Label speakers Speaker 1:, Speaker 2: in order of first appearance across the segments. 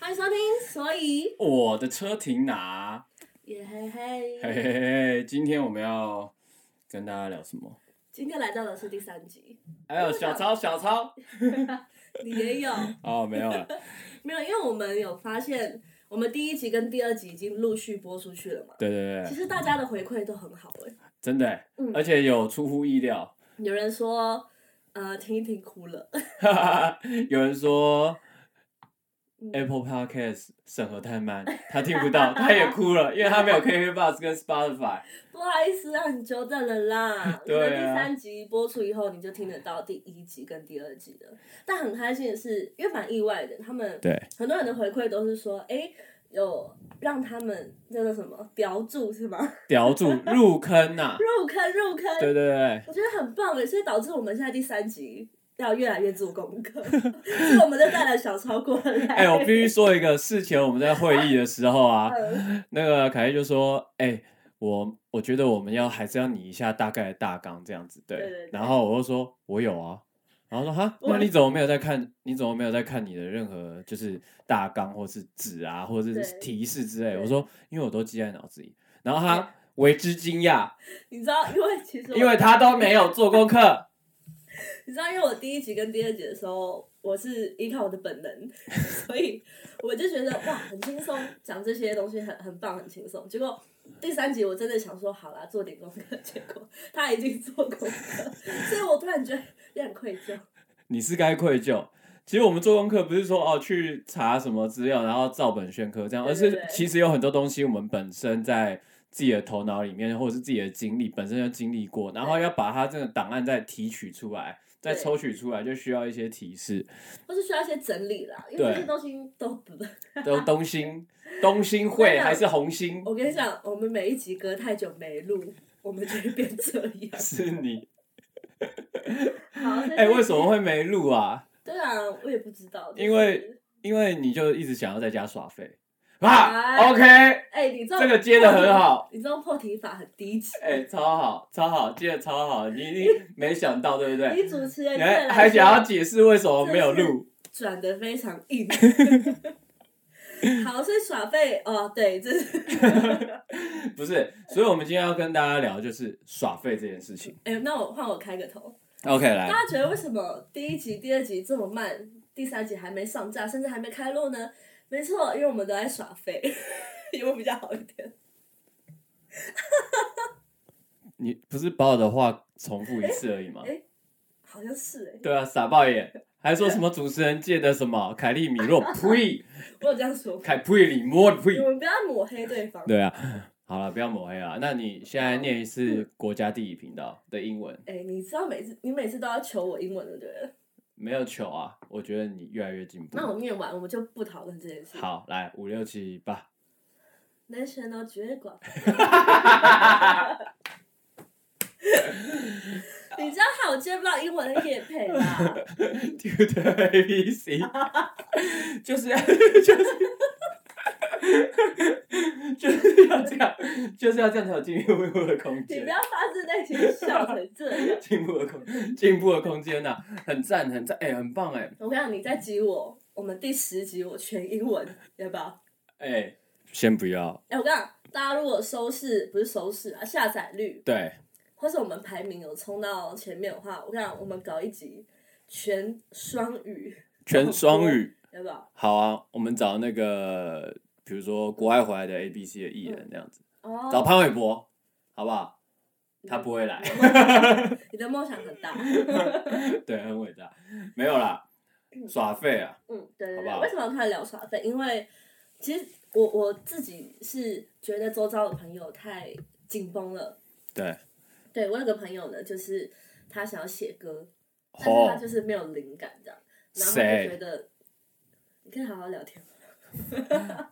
Speaker 1: 欢迎收听，所以
Speaker 2: 我的车停哪？
Speaker 1: 耶嘿嘿，
Speaker 2: 嘿嘿嘿嘿，今天我们要跟大家聊什么？
Speaker 1: 今天来到的是第三集，
Speaker 2: 还有小超，小超
Speaker 1: 你也有
Speaker 2: 哦，没有 了，
Speaker 1: 没有？因为我们有发现，我们第一集跟第二集已经陆续播出去了嘛。
Speaker 2: 对对
Speaker 1: 其
Speaker 2: 对，
Speaker 1: 实大家的回馈都很好哎、
Speaker 2: 真的欸，
Speaker 1: 嗯
Speaker 2: 而且有出乎意料，
Speaker 1: 有人说，呃，听一听哭了，
Speaker 2: 哈哈哈有人说
Speaker 1: 嗯
Speaker 2: Apple Podcast 审核太慢，他听不 到，他也哭了，因为他没有 KK Bus 跟 Spotify，
Speaker 1: 不好意思啊，你久等了啦。
Speaker 2: 对啊
Speaker 1: 那第三集播出以后，你就听得到第一集跟第二集了。但很开心的是，因为蛮意外的，他们
Speaker 2: 对
Speaker 1: 很多人的回馈都是说，哎、有让他们叫做什么叼住是吗？
Speaker 2: 叼住入坑呐、
Speaker 1: 入坑入坑，
Speaker 2: 对对对，
Speaker 1: 我觉得很棒诶，所以导致我们现在第三集要越来越做功课，所以我们就带了小超过来。
Speaker 2: 哎、我必须说一个，事前我们在会议的时候啊，
Speaker 1: 嗯
Speaker 2: 那个凯莉就说：“哎、我我觉得我们要还是要拟一下大概的大纲这样子，对。
Speaker 1: 对对对
Speaker 2: 然后我就说：“我有啊。”然后说：“哈，
Speaker 1: 我
Speaker 2: 那你怎么没有在看？你怎么没有在看你的任何就是大纲或是纸啊，或者是
Speaker 1: 对
Speaker 2: 提示之类？”
Speaker 1: 对
Speaker 2: 我说：“因为我都记在脑子里。”然后他为之惊讶，
Speaker 1: 你知道，因为其实我
Speaker 2: 因为他都没有做功课。
Speaker 1: 你知道，因为我第一集跟第二集的时候，我是依靠我的本能， 所以我就觉得哇，很轻松，讲这些东西很很棒，很轻松。结果第三集我真的想说，好啦，做点功课，结果他已经做功课，所以我突然觉得有点愧疚。
Speaker 2: 你是该愧疚。其实我们做功课不是说哦去查什么资料，然后照本宣科这样，
Speaker 1: 对
Speaker 2: 而
Speaker 1: 对
Speaker 2: 是
Speaker 1: 对
Speaker 2: 其实有很多东西我们本身在自己的头脑里面，或者是自己的经历本身就经历过，然后要把它这个档案再提取出来，再
Speaker 1: 对
Speaker 2: 抽取出来，就需要一些 提示。
Speaker 1: 或是需要一些整理啦，因为这
Speaker 2: 对
Speaker 1: 些东西都不。
Speaker 2: 东东兴，东兴会
Speaker 1: 真的
Speaker 2: 还是红星？
Speaker 1: 我跟你讲，我们每一集隔太久没录，我们就会变这样。
Speaker 2: 是 你
Speaker 1: 好，
Speaker 2: 哎、为什么？会没录啊？
Speaker 1: 对啊，我也不知道。就是
Speaker 2: 因为因为你就一直想要在家耍废
Speaker 1: 哎
Speaker 2: 啊？OK，
Speaker 1: 哎、你知道
Speaker 2: 这个接的很好，
Speaker 1: 你知道破题法很低级。
Speaker 2: 哎、超好，超好，接的超好，你一定没想到，对不对？
Speaker 1: 你主持人
Speaker 2: 你
Speaker 1: 对
Speaker 2: 还
Speaker 1: 来
Speaker 2: 还
Speaker 1: 说
Speaker 2: 想要解释为什么没有录？
Speaker 1: 转的非常硬。好，所以耍废哦，对，这是
Speaker 2: 不是，所以我们今天要跟大家聊就是耍废这件事情。
Speaker 1: 哎、那我换我开个头。
Speaker 2: OK，来
Speaker 1: 大，家觉得为什么第一集、第二集这么慢，第三集还没上架，甚至还没开录呢？没错，因为我们都在耍废，有没有比较好一点？
Speaker 2: 你不是把我的话重复一次而已吗
Speaker 1: 哎？好像是哎、
Speaker 2: 对啊，傻爆眼，还说什么主持人界的什么凯利米洛 呸，
Speaker 1: 我有这样说过。
Speaker 2: 凯呸里莫呸
Speaker 1: 你，们不要抹黑对方。
Speaker 2: 对啊，好了，不要抹黑啊。那你现在念一次国家地理频道的英文，
Speaker 1: 哎、你知道每次你每次都要求我英文的，对不对？
Speaker 2: 没有糗啊，我觉得你越来越进步。
Speaker 1: 那我念完我们就不讨论这件事。
Speaker 2: 好，来五六七八。
Speaker 1: National Geographic。你知道害我接不到英文的夜配啦？
Speaker 2: Tutor ABC，就是要就是就是要这样，就是要这样才有进步的空
Speaker 1: 你
Speaker 2: 间
Speaker 1: 不，要发自内心笑成这样。
Speaker 2: 进步的空进步的空间呐、很赞很赞，哎、很棒哎、
Speaker 1: 我跟你讲，你在激我，我们第十集我全英文，要不要？
Speaker 2: 哎、先不要，
Speaker 1: 哎、我跟你讲，大家如果收视不是收视啊，下载率
Speaker 2: 对，
Speaker 1: 或是我们排名有冲到前面的话，我跟你讲，我们搞一集全双语，
Speaker 2: 全双语，
Speaker 1: 要不要？
Speaker 2: 好啊，我们找那个比如说国外回来的 ABC 的艺人这样子，
Speaker 1: 哦，
Speaker 2: 找潘玮柏，好不好？他不会来，
Speaker 1: 你的梦想很大。
Speaker 2: 对，很伟大，没有啦，耍废啊，
Speaker 1: 嗯，对对
Speaker 2: 好
Speaker 1: 对。
Speaker 2: 不好
Speaker 1: 为什么要开始聊耍费？因为其实我我自己是觉得周遭的朋友太紧绷了。
Speaker 2: 对，
Speaker 1: 对我有个朋友呢，就是他想要写歌，但是他
Speaker 2: 哦，
Speaker 1: 就是没有灵感这样，然后
Speaker 2: 谁
Speaker 1: 就觉得你可以好好聊天。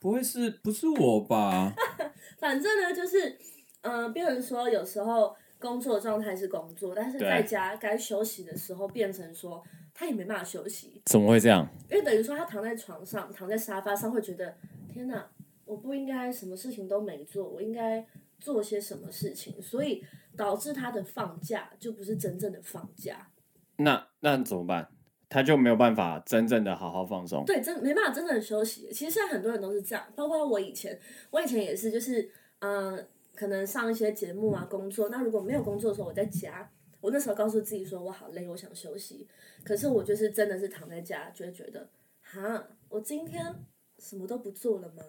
Speaker 2: 不会是不是我吧？
Speaker 1: 反正呢，就是嗯、呃，变成说有时候工作状态是工作，但是
Speaker 2: 对
Speaker 1: 在家该休息的时候，变成说他也没办法休息，
Speaker 2: 怎么会这样？
Speaker 1: 因为等于说他躺在床上，躺在沙发上会觉得天哪，我不应该什么事情都没做，我应该做些什么事情，所以导致他的放假就不是真正的放假。
Speaker 2: 那那怎么办？他就没有办法真正的好好放松。
Speaker 1: 对，真没办法真正的休息。其实现在很多人都是这样，包括我以前，我以前也是，就是嗯、呃可能上一些节目啊，工作。那如果没有工作的时候，我在家，我那时候告诉自己说我好累，我想休息。可是我就是真的是躺在家，就会觉得，哈，我今天什么都不做了吗？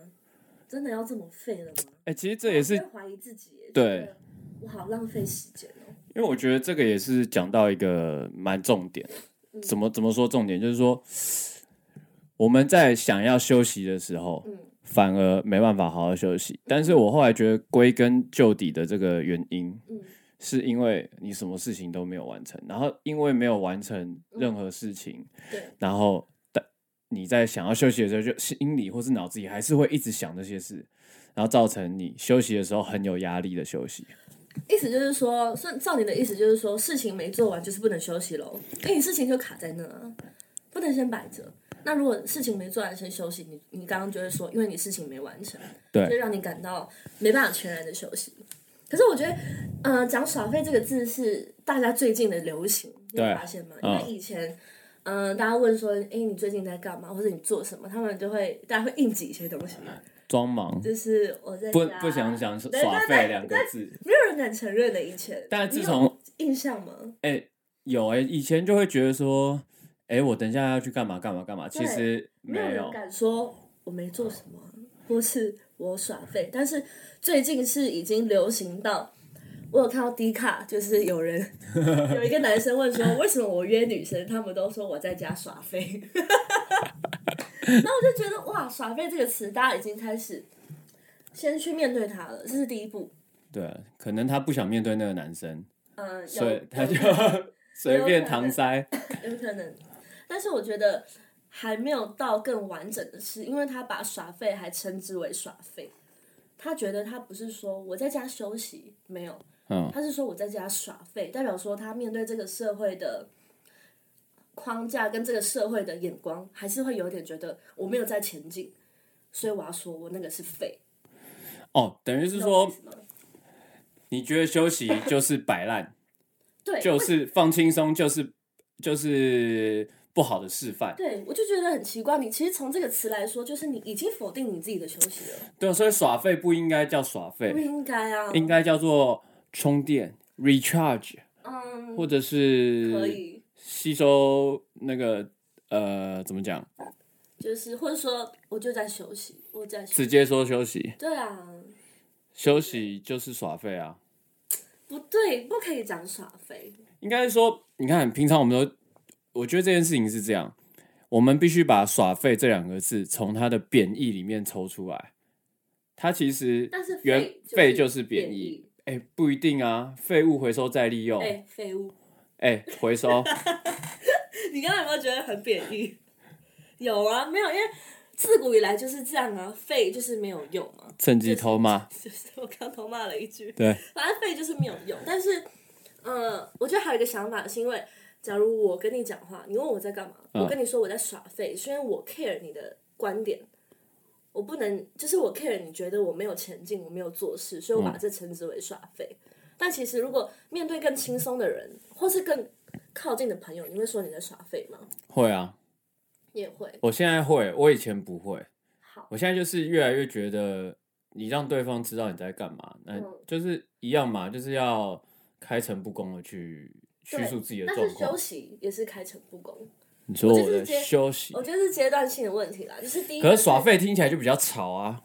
Speaker 1: 真的要这么废了吗？
Speaker 2: 哎、其实这也是
Speaker 1: 我会怀疑自己耶，
Speaker 2: 对
Speaker 1: 觉得我好浪费时间哦。
Speaker 2: 因为我觉得这个也是讲到一个蛮重点，怎么怎么说重点，就是说我们在想要休息的时候，
Speaker 1: 嗯
Speaker 2: 反而没办法好好休息。但是我后来觉得归根究底的这个原因，
Speaker 1: 嗯
Speaker 2: 是因为你什么事情都没有完成，然后因为没有完成任何事情，
Speaker 1: 对
Speaker 2: 然后但你在想要休息的时候，就心里或是脑子里还是会一直想这些事，然后造成你休息的时候很有压力的休息。
Speaker 1: 意思就是说，算照你的意思就是说，事情没做完就是不能休息喽，因为你事情就卡在那、啊，不能先摆着。那如果事情没做完先休息，你你刚刚就会说，因为你事情没完成，
Speaker 2: 对
Speaker 1: 就让你感到没办法全然的休息。可是我觉得，呃，讲耍废这个字是大家最近的流行，你有
Speaker 2: 对
Speaker 1: 发现吗？因
Speaker 2: 嗯
Speaker 1: 为以前，嗯、大家问说，哎、你最近在干嘛，或者你做什么，他们就会大家会应急一些东西，
Speaker 2: 装忙，
Speaker 1: 就是我在
Speaker 2: 不
Speaker 1: 家
Speaker 2: 不想想
Speaker 1: 啊对
Speaker 2: 耍
Speaker 1: 对
Speaker 2: 废
Speaker 1: 对
Speaker 2: 两个
Speaker 1: 对
Speaker 2: 字。
Speaker 1: 没有人敢承认的以前。
Speaker 2: 但自
Speaker 1: 你有
Speaker 2: 从
Speaker 1: 印象吗？
Speaker 2: 哎、有哎、以前就会觉得说，哎、我等一下要去干嘛干嘛干嘛，其
Speaker 1: 对
Speaker 2: 实
Speaker 1: 没
Speaker 2: 没有
Speaker 1: 人。敢说我没做什么啊，或是我耍废。但是最近是已经流行到，我有看到 D 卡，就是有人 有一个男生问说，为什么我约女生，他们都说我在家耍废。 那我就觉得哇，耍废这个词，大家已经开始先去面对它了，这是第一步。
Speaker 2: 对，可能他不想面对那个男生，
Speaker 1: 嗯，有
Speaker 2: 所以他
Speaker 1: 有
Speaker 2: 就
Speaker 1: 有
Speaker 2: 随便
Speaker 1: 可能
Speaker 2: 搪塞。
Speaker 1: 有可能，但是我觉得还没有到更完整的是，因为他把耍废还称之为耍废，他觉得他不是说我在家休息，没有，
Speaker 2: 嗯，
Speaker 1: 他是说我在家耍废，代表说他面对这个社会的框架跟这个社会的眼光，还是会有点觉得我没有在前进，所以我要说我那个是废，
Speaker 2: 哦，等于是
Speaker 1: 你懂我意
Speaker 2: 说，
Speaker 1: 思吗
Speaker 2: 你觉得休息就是摆烂，
Speaker 1: 对，
Speaker 2: 就是放轻松，就是就是不好的示范。
Speaker 1: 对我就觉得很奇怪，你其实从这个词来说，就是你已经否定你自己的休息了，
Speaker 2: 对，啊所以耍废不应该叫耍
Speaker 1: 不
Speaker 2: 废，
Speaker 1: 应该啊，
Speaker 2: 应该叫做充电 （recharge）
Speaker 1: 嗯，
Speaker 2: 或者是
Speaker 1: 可以。
Speaker 2: 吸收那个呃，怎么讲？
Speaker 1: 就是或者说我就在休息，我在休
Speaker 2: 直接说休息，
Speaker 1: 对啊，
Speaker 2: 休息就是耍废啊。
Speaker 1: 不对，不可以讲耍废，
Speaker 2: 应该是说，你看平常我们都，我觉得这件事情是这样，我们必须把“耍废”这两个字从它的贬义里面抽出来。它其实
Speaker 1: 但是
Speaker 2: 原
Speaker 1: 废就是
Speaker 2: 废就是贬
Speaker 1: 贬
Speaker 2: 义
Speaker 1: 义，
Speaker 2: 哎、不一定啊，废物回收再利用，
Speaker 1: 哎、
Speaker 2: 哎、
Speaker 1: 废物，
Speaker 2: 回收，
Speaker 1: 你刚刚有没有觉得很贬义？ 有啊，没有，因为自古以来就是这样啊，废就是没有用嘛，
Speaker 2: 趁机偷骂，
Speaker 1: 就是我刚偷骂了一句，
Speaker 2: 对，
Speaker 1: 反正废就是没有用。但是，呃，我觉得还有一个想法是因为，假如我跟你讲话，你问我在干嘛，
Speaker 2: 嗯
Speaker 1: 我跟你说我在耍废，是因为我 care 你的观点，我不能就是我 care 你觉得我没有前进，我没有做事，所以
Speaker 2: 嗯
Speaker 1: 我把这称之为耍废。但其实如果面对更轻松的人，或是更靠近的朋友，你会说你在耍废吗？
Speaker 2: 会啊，
Speaker 1: 你也会。
Speaker 2: 我现在会，我以前不会，
Speaker 1: 好，
Speaker 2: 我现在就是越来越觉得，你让对方知道你在干嘛，那
Speaker 1: 嗯
Speaker 2: 就是一样嘛，就是要开诚布公的去叙
Speaker 1: 对
Speaker 2: 述自己的
Speaker 1: 但是
Speaker 2: 状
Speaker 1: 休
Speaker 2: 况。
Speaker 1: 息也是开诚布公，
Speaker 2: 你说我
Speaker 1: 我就
Speaker 2: 的
Speaker 1: 是直接
Speaker 2: 休息
Speaker 1: 我，觉得是阶段性的问题啦。就是第一，
Speaker 2: 可是耍废听起来就比较吵啊。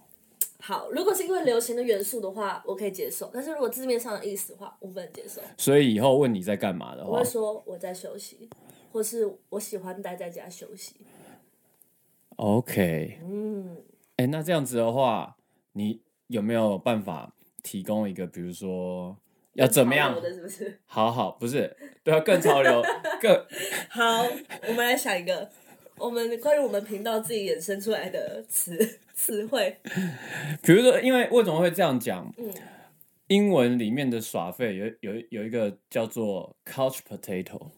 Speaker 1: 好，如果是因为流行的元素的话，我可以接受；但是如果字面上的意思的话，我不能接受。
Speaker 2: 所以以后问你在干嘛的
Speaker 1: 我
Speaker 2: 话
Speaker 1: 会，说我在休息，或是我喜欢待在家休息。
Speaker 2: ，OK，
Speaker 1: 嗯，
Speaker 2: 哎、那这样子的话，你有没有办法提供一个，比如说要怎么样
Speaker 1: 我的是不是？
Speaker 2: 好好，不是对啊，更 潮流，更
Speaker 1: 好，我们来想一个我们关于我们频道自己衍生出来的词词汇。
Speaker 2: 比如说，因为为什么会这样讲？
Speaker 1: 嗯，
Speaker 2: 英文里面的耍废有有有一个叫做 couch potato，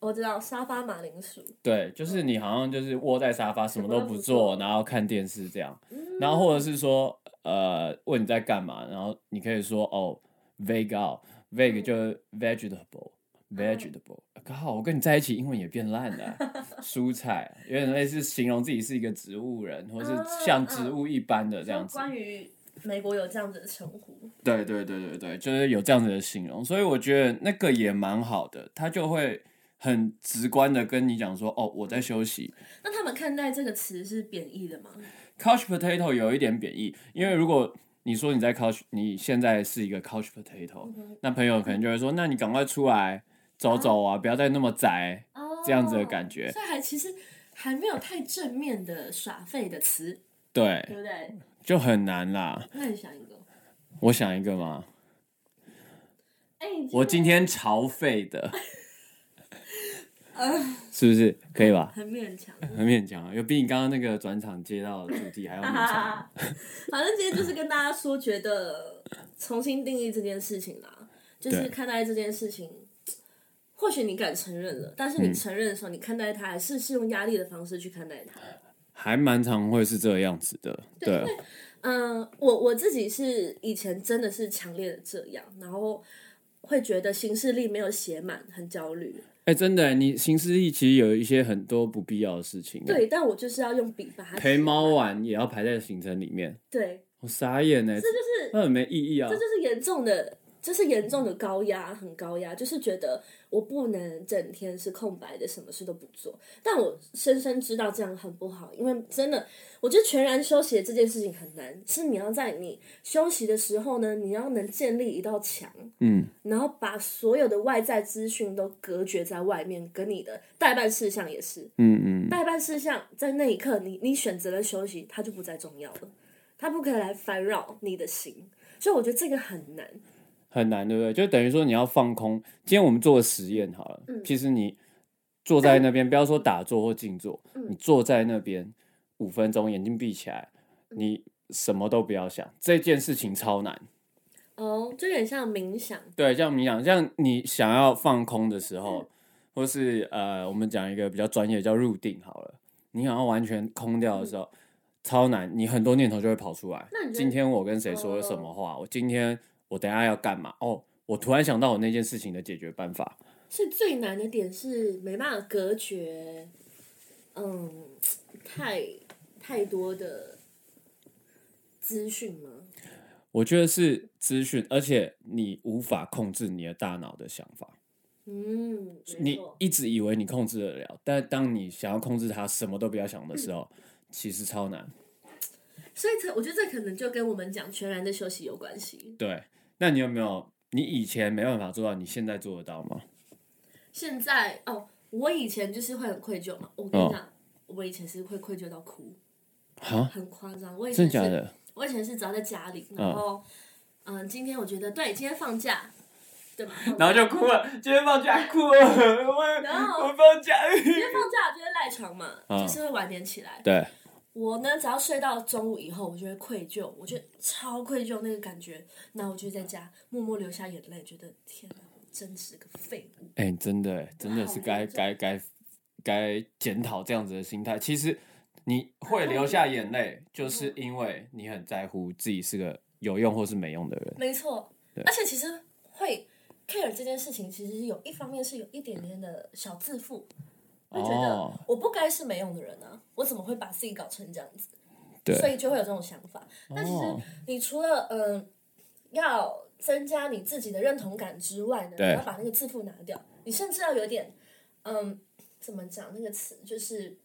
Speaker 1: 我知道沙发马铃薯，
Speaker 2: 对，就是你好像就是窝在沙发，什么都不
Speaker 1: 嗯什么都
Speaker 2: 做，
Speaker 1: 不做
Speaker 2: 然后看电视这样，
Speaker 1: 嗯
Speaker 2: 然后或者是说，呃，问你在干嘛，然后你可以说哦，veg out，veg
Speaker 1: 嗯
Speaker 2: 就是 vegetable。vegetable，靠！我跟你在一起，英文也变烂 了啊。蔬菜有点类似形容自己是一个植物人，或是
Speaker 1: 啊
Speaker 2: 像
Speaker 1: 嗯
Speaker 2: 植物一般的这样
Speaker 1: 就
Speaker 2: 子。
Speaker 1: 关于美国有这样子的称呼，
Speaker 2: 对对对对对，就是有这样子的形容，所以我觉得那个也蛮好的，他就会很直观的跟你讲说，哦，我在休息。
Speaker 1: 那他们看待这个词是贬义的吗？
Speaker 2: couch potato 有一点贬义，因为如果你说你在 couch，你现在是一个 couch potato，、那
Speaker 1: 嗯
Speaker 2: 朋友可能就会说，那你赶快出来走走啊，不要再那么宅。
Speaker 1: 哦
Speaker 2: 这样子的感觉
Speaker 1: 所以还其实还没有太正面的耍废的词，对
Speaker 2: 对，
Speaker 1: 不对？
Speaker 2: 就很难啦。
Speaker 1: 那你想一个，
Speaker 2: 我想一个嘛，
Speaker 1: 哎、
Speaker 2: 我今天超废 的，是不是可以吧？
Speaker 1: 很勉强。
Speaker 2: 很勉强啊，有比你刚刚那个转场接到的主题还 要
Speaker 1: 哈
Speaker 2: 勉
Speaker 1: 啊哈
Speaker 2: 强。
Speaker 1: 哈，反正今天就是跟大家说，觉得重新定义这件事情啦，就是
Speaker 2: 对
Speaker 1: 看待这件事情，或许你敢承认了，但是
Speaker 2: 嗯
Speaker 1: 你承认的时候，你看待它还是是用压力的方式去看待它。
Speaker 2: 还蛮常会是这个样子的， 对，
Speaker 1: 嗯，我我自己是以前真的是强烈的这样，然后会觉得行事历没有写满，很焦虑。
Speaker 2: 哎、真的，你行事历其实有一些很多不必要的事情，，
Speaker 1: 对，但我就是要用笔把它
Speaker 2: 陪
Speaker 1: 写
Speaker 2: 猫啊
Speaker 1: 满。
Speaker 2: 玩也要排在行程里面，
Speaker 1: 对，
Speaker 2: 我傻眼呢，
Speaker 1: 这就是
Speaker 2: 那很没意义啊
Speaker 1: 这，就是严重的，这是严重的高压，很高压，就是觉得我不能整天是空白的，什么事都不做。但我深深知道这样很不好，因为真的，我觉得全然休息的这件事情很难，是你要在你休息的时候呢，你要能建立一道墙，
Speaker 2: 嗯，
Speaker 1: 然后把所有的外在资讯都隔绝在外面，跟你的代办事项也是，
Speaker 2: 嗯嗯，
Speaker 1: 代办事项在那一刻你，你选择了休息，它就不再重要了，它不可以来烦扰你的心，所以我觉得这个很难。
Speaker 2: 很难，对不对？就等于说你要放空。今天我们做个实验好了，
Speaker 1: 嗯
Speaker 2: 其实你坐在那边，不要说打坐或静坐，
Speaker 1: 嗯
Speaker 2: 你坐在那边五分钟，眼睛闭起来，
Speaker 1: 嗯
Speaker 2: 你什么都不要想，这件事情超难。
Speaker 1: 哦，就有点像冥想，
Speaker 2: 对，像冥想，像你想要放空的时
Speaker 1: 嗯
Speaker 2: 候，或是呃，我们讲一个比较专业叫入定好了，你想要完全空掉的时候，超难，你很多念头就会跑出来
Speaker 1: 嗯那你。觉得哦
Speaker 2: 今天我跟谁说了什么话？我今天我等一下要干嘛？哦，我突然想到我那件事情的解决办法。
Speaker 1: 是最难的点是没办法隔绝，嗯，太太多的资讯吗？
Speaker 2: 我觉得是资讯，而且你无法控制你的大脑的想法。
Speaker 1: 嗯，没
Speaker 2: 你
Speaker 1: 错，
Speaker 2: 一直以为你控制得了，但当你想要控制它，什么都不要想的
Speaker 1: 嗯
Speaker 2: 时候，其实超难。
Speaker 1: 所以这我觉得这可能就跟我们讲全然的休息有关系。
Speaker 2: 对，那你有没有你以前没办法做到，你现在做得到吗？
Speaker 1: 现在哦，我以前就是会很愧疚嘛，我跟
Speaker 2: 哦
Speaker 1: 你讲，我以前是会愧疚到哭，
Speaker 2: 啊，
Speaker 1: 很夸张。我以前
Speaker 2: 真
Speaker 1: 是
Speaker 2: 的假的？
Speaker 1: 我以前是只要在家里，然后，嗯，今天我觉得对，今天放假，对吧？放假
Speaker 2: 就哭了，今天放假哭了，
Speaker 1: 然后
Speaker 2: 我我放假。
Speaker 1: 因为放假就会赖床嘛，
Speaker 2: 嗯
Speaker 1: 就是会晚点起来。
Speaker 2: 对，
Speaker 1: 我呢，只要睡到中午以后，我就会愧疚，我觉得超愧疚那个感觉。那我就在家默默流下眼泪，觉得天哪，我真是个废物。
Speaker 2: 哎、真的哎，真的是该
Speaker 1: 我好
Speaker 2: 该该该检讨这样子的心态。其实你会流下眼
Speaker 1: 哦
Speaker 2: 泪，就是因为你很在乎自己是个有用或是没用的人。
Speaker 1: 没错，
Speaker 2: 对
Speaker 1: 而且其实会 care 这件事情，其实是有一方面是有一点点的小自负，会觉
Speaker 2: 哦
Speaker 1: 得我不该是没用的人啊，我怎么会把自己搞成这样子？
Speaker 2: 对
Speaker 1: 所以就会有这种想法。但其实
Speaker 2: 哦
Speaker 1: 你除了嗯、呃要增加你自己的认同感之外呢，
Speaker 2: 对
Speaker 1: 你要把那个自负拿掉，你甚至要有点嗯、怎么讲那个词就是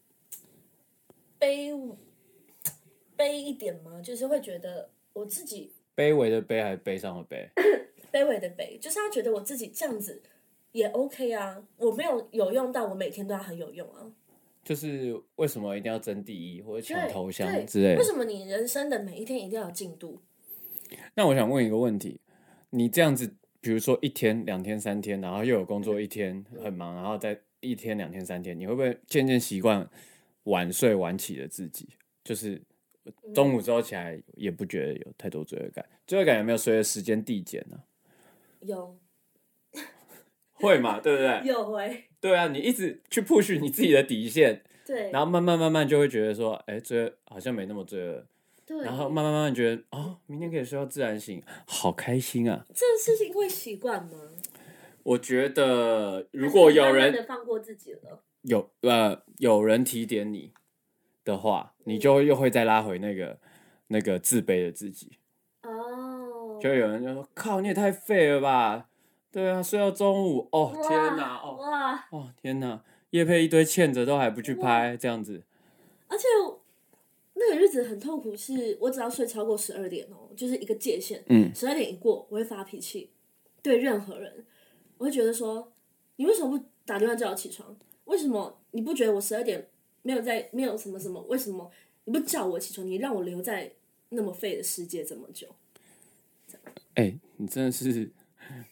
Speaker 1: 卑微卑一点吗？就是会觉得我自己
Speaker 2: 卑微的卑还是悲伤的悲？
Speaker 1: 卑微的卑，就是要觉得我自己这样子也 OK 啊，我没有有用到，我每天都要很有用啊。
Speaker 2: 就是为什么一定要争第一或者抢
Speaker 1: 对
Speaker 2: 头香
Speaker 1: 对
Speaker 2: 之类的
Speaker 1: 为？什么你人生的每一天一定要有进度？
Speaker 2: 那我想问一个问题：你这样子，比如说一天、两天、三天，然后又有工作一天很忙，然后再一天、两天、三天，你会不会渐渐习惯晚睡晚起的自己？就是
Speaker 1: 嗯
Speaker 2: 中午之后起来也不觉得有太多罪恶感，罪恶感有没有随着时间递减呢、
Speaker 1: 有
Speaker 2: 会嘛，对不对？
Speaker 1: 有哎、
Speaker 2: 对啊，你一直去 push 你自己的底线，
Speaker 1: 对，
Speaker 2: 然后慢慢慢慢就会觉得说，哎，罪恶好像没那么罪恶，
Speaker 1: 对，
Speaker 2: 然后慢慢慢慢觉得，哦，明天可以睡到自然醒，好开心啊！
Speaker 1: 这个事情会习惯吗？
Speaker 2: 我觉得如果有人
Speaker 1: 的放过自己了，
Speaker 2: 有呃有人提点你的话，你就又会再拉回那个那个自卑的自己。
Speaker 1: 哦，
Speaker 2: 就有人就说：“靠，你也太废了吧！”对啊，睡到中午，哦天哪，哦
Speaker 1: 哇，
Speaker 2: 哦天哪，叶配一堆欠着都还不去拍，这样子
Speaker 1: 而且我那个日子很痛苦，是我只要睡超过十二点哦，就是一个界限，
Speaker 2: 嗯，
Speaker 1: 十二点一过我会发脾气，对任何人，我会觉得说，你为什么不打电话叫我起床？为什么你不觉得我十二点没有在没有什么什么？为什么你不叫我起床？你让我留在那么废的世界这么久？
Speaker 2: 哎、你真的是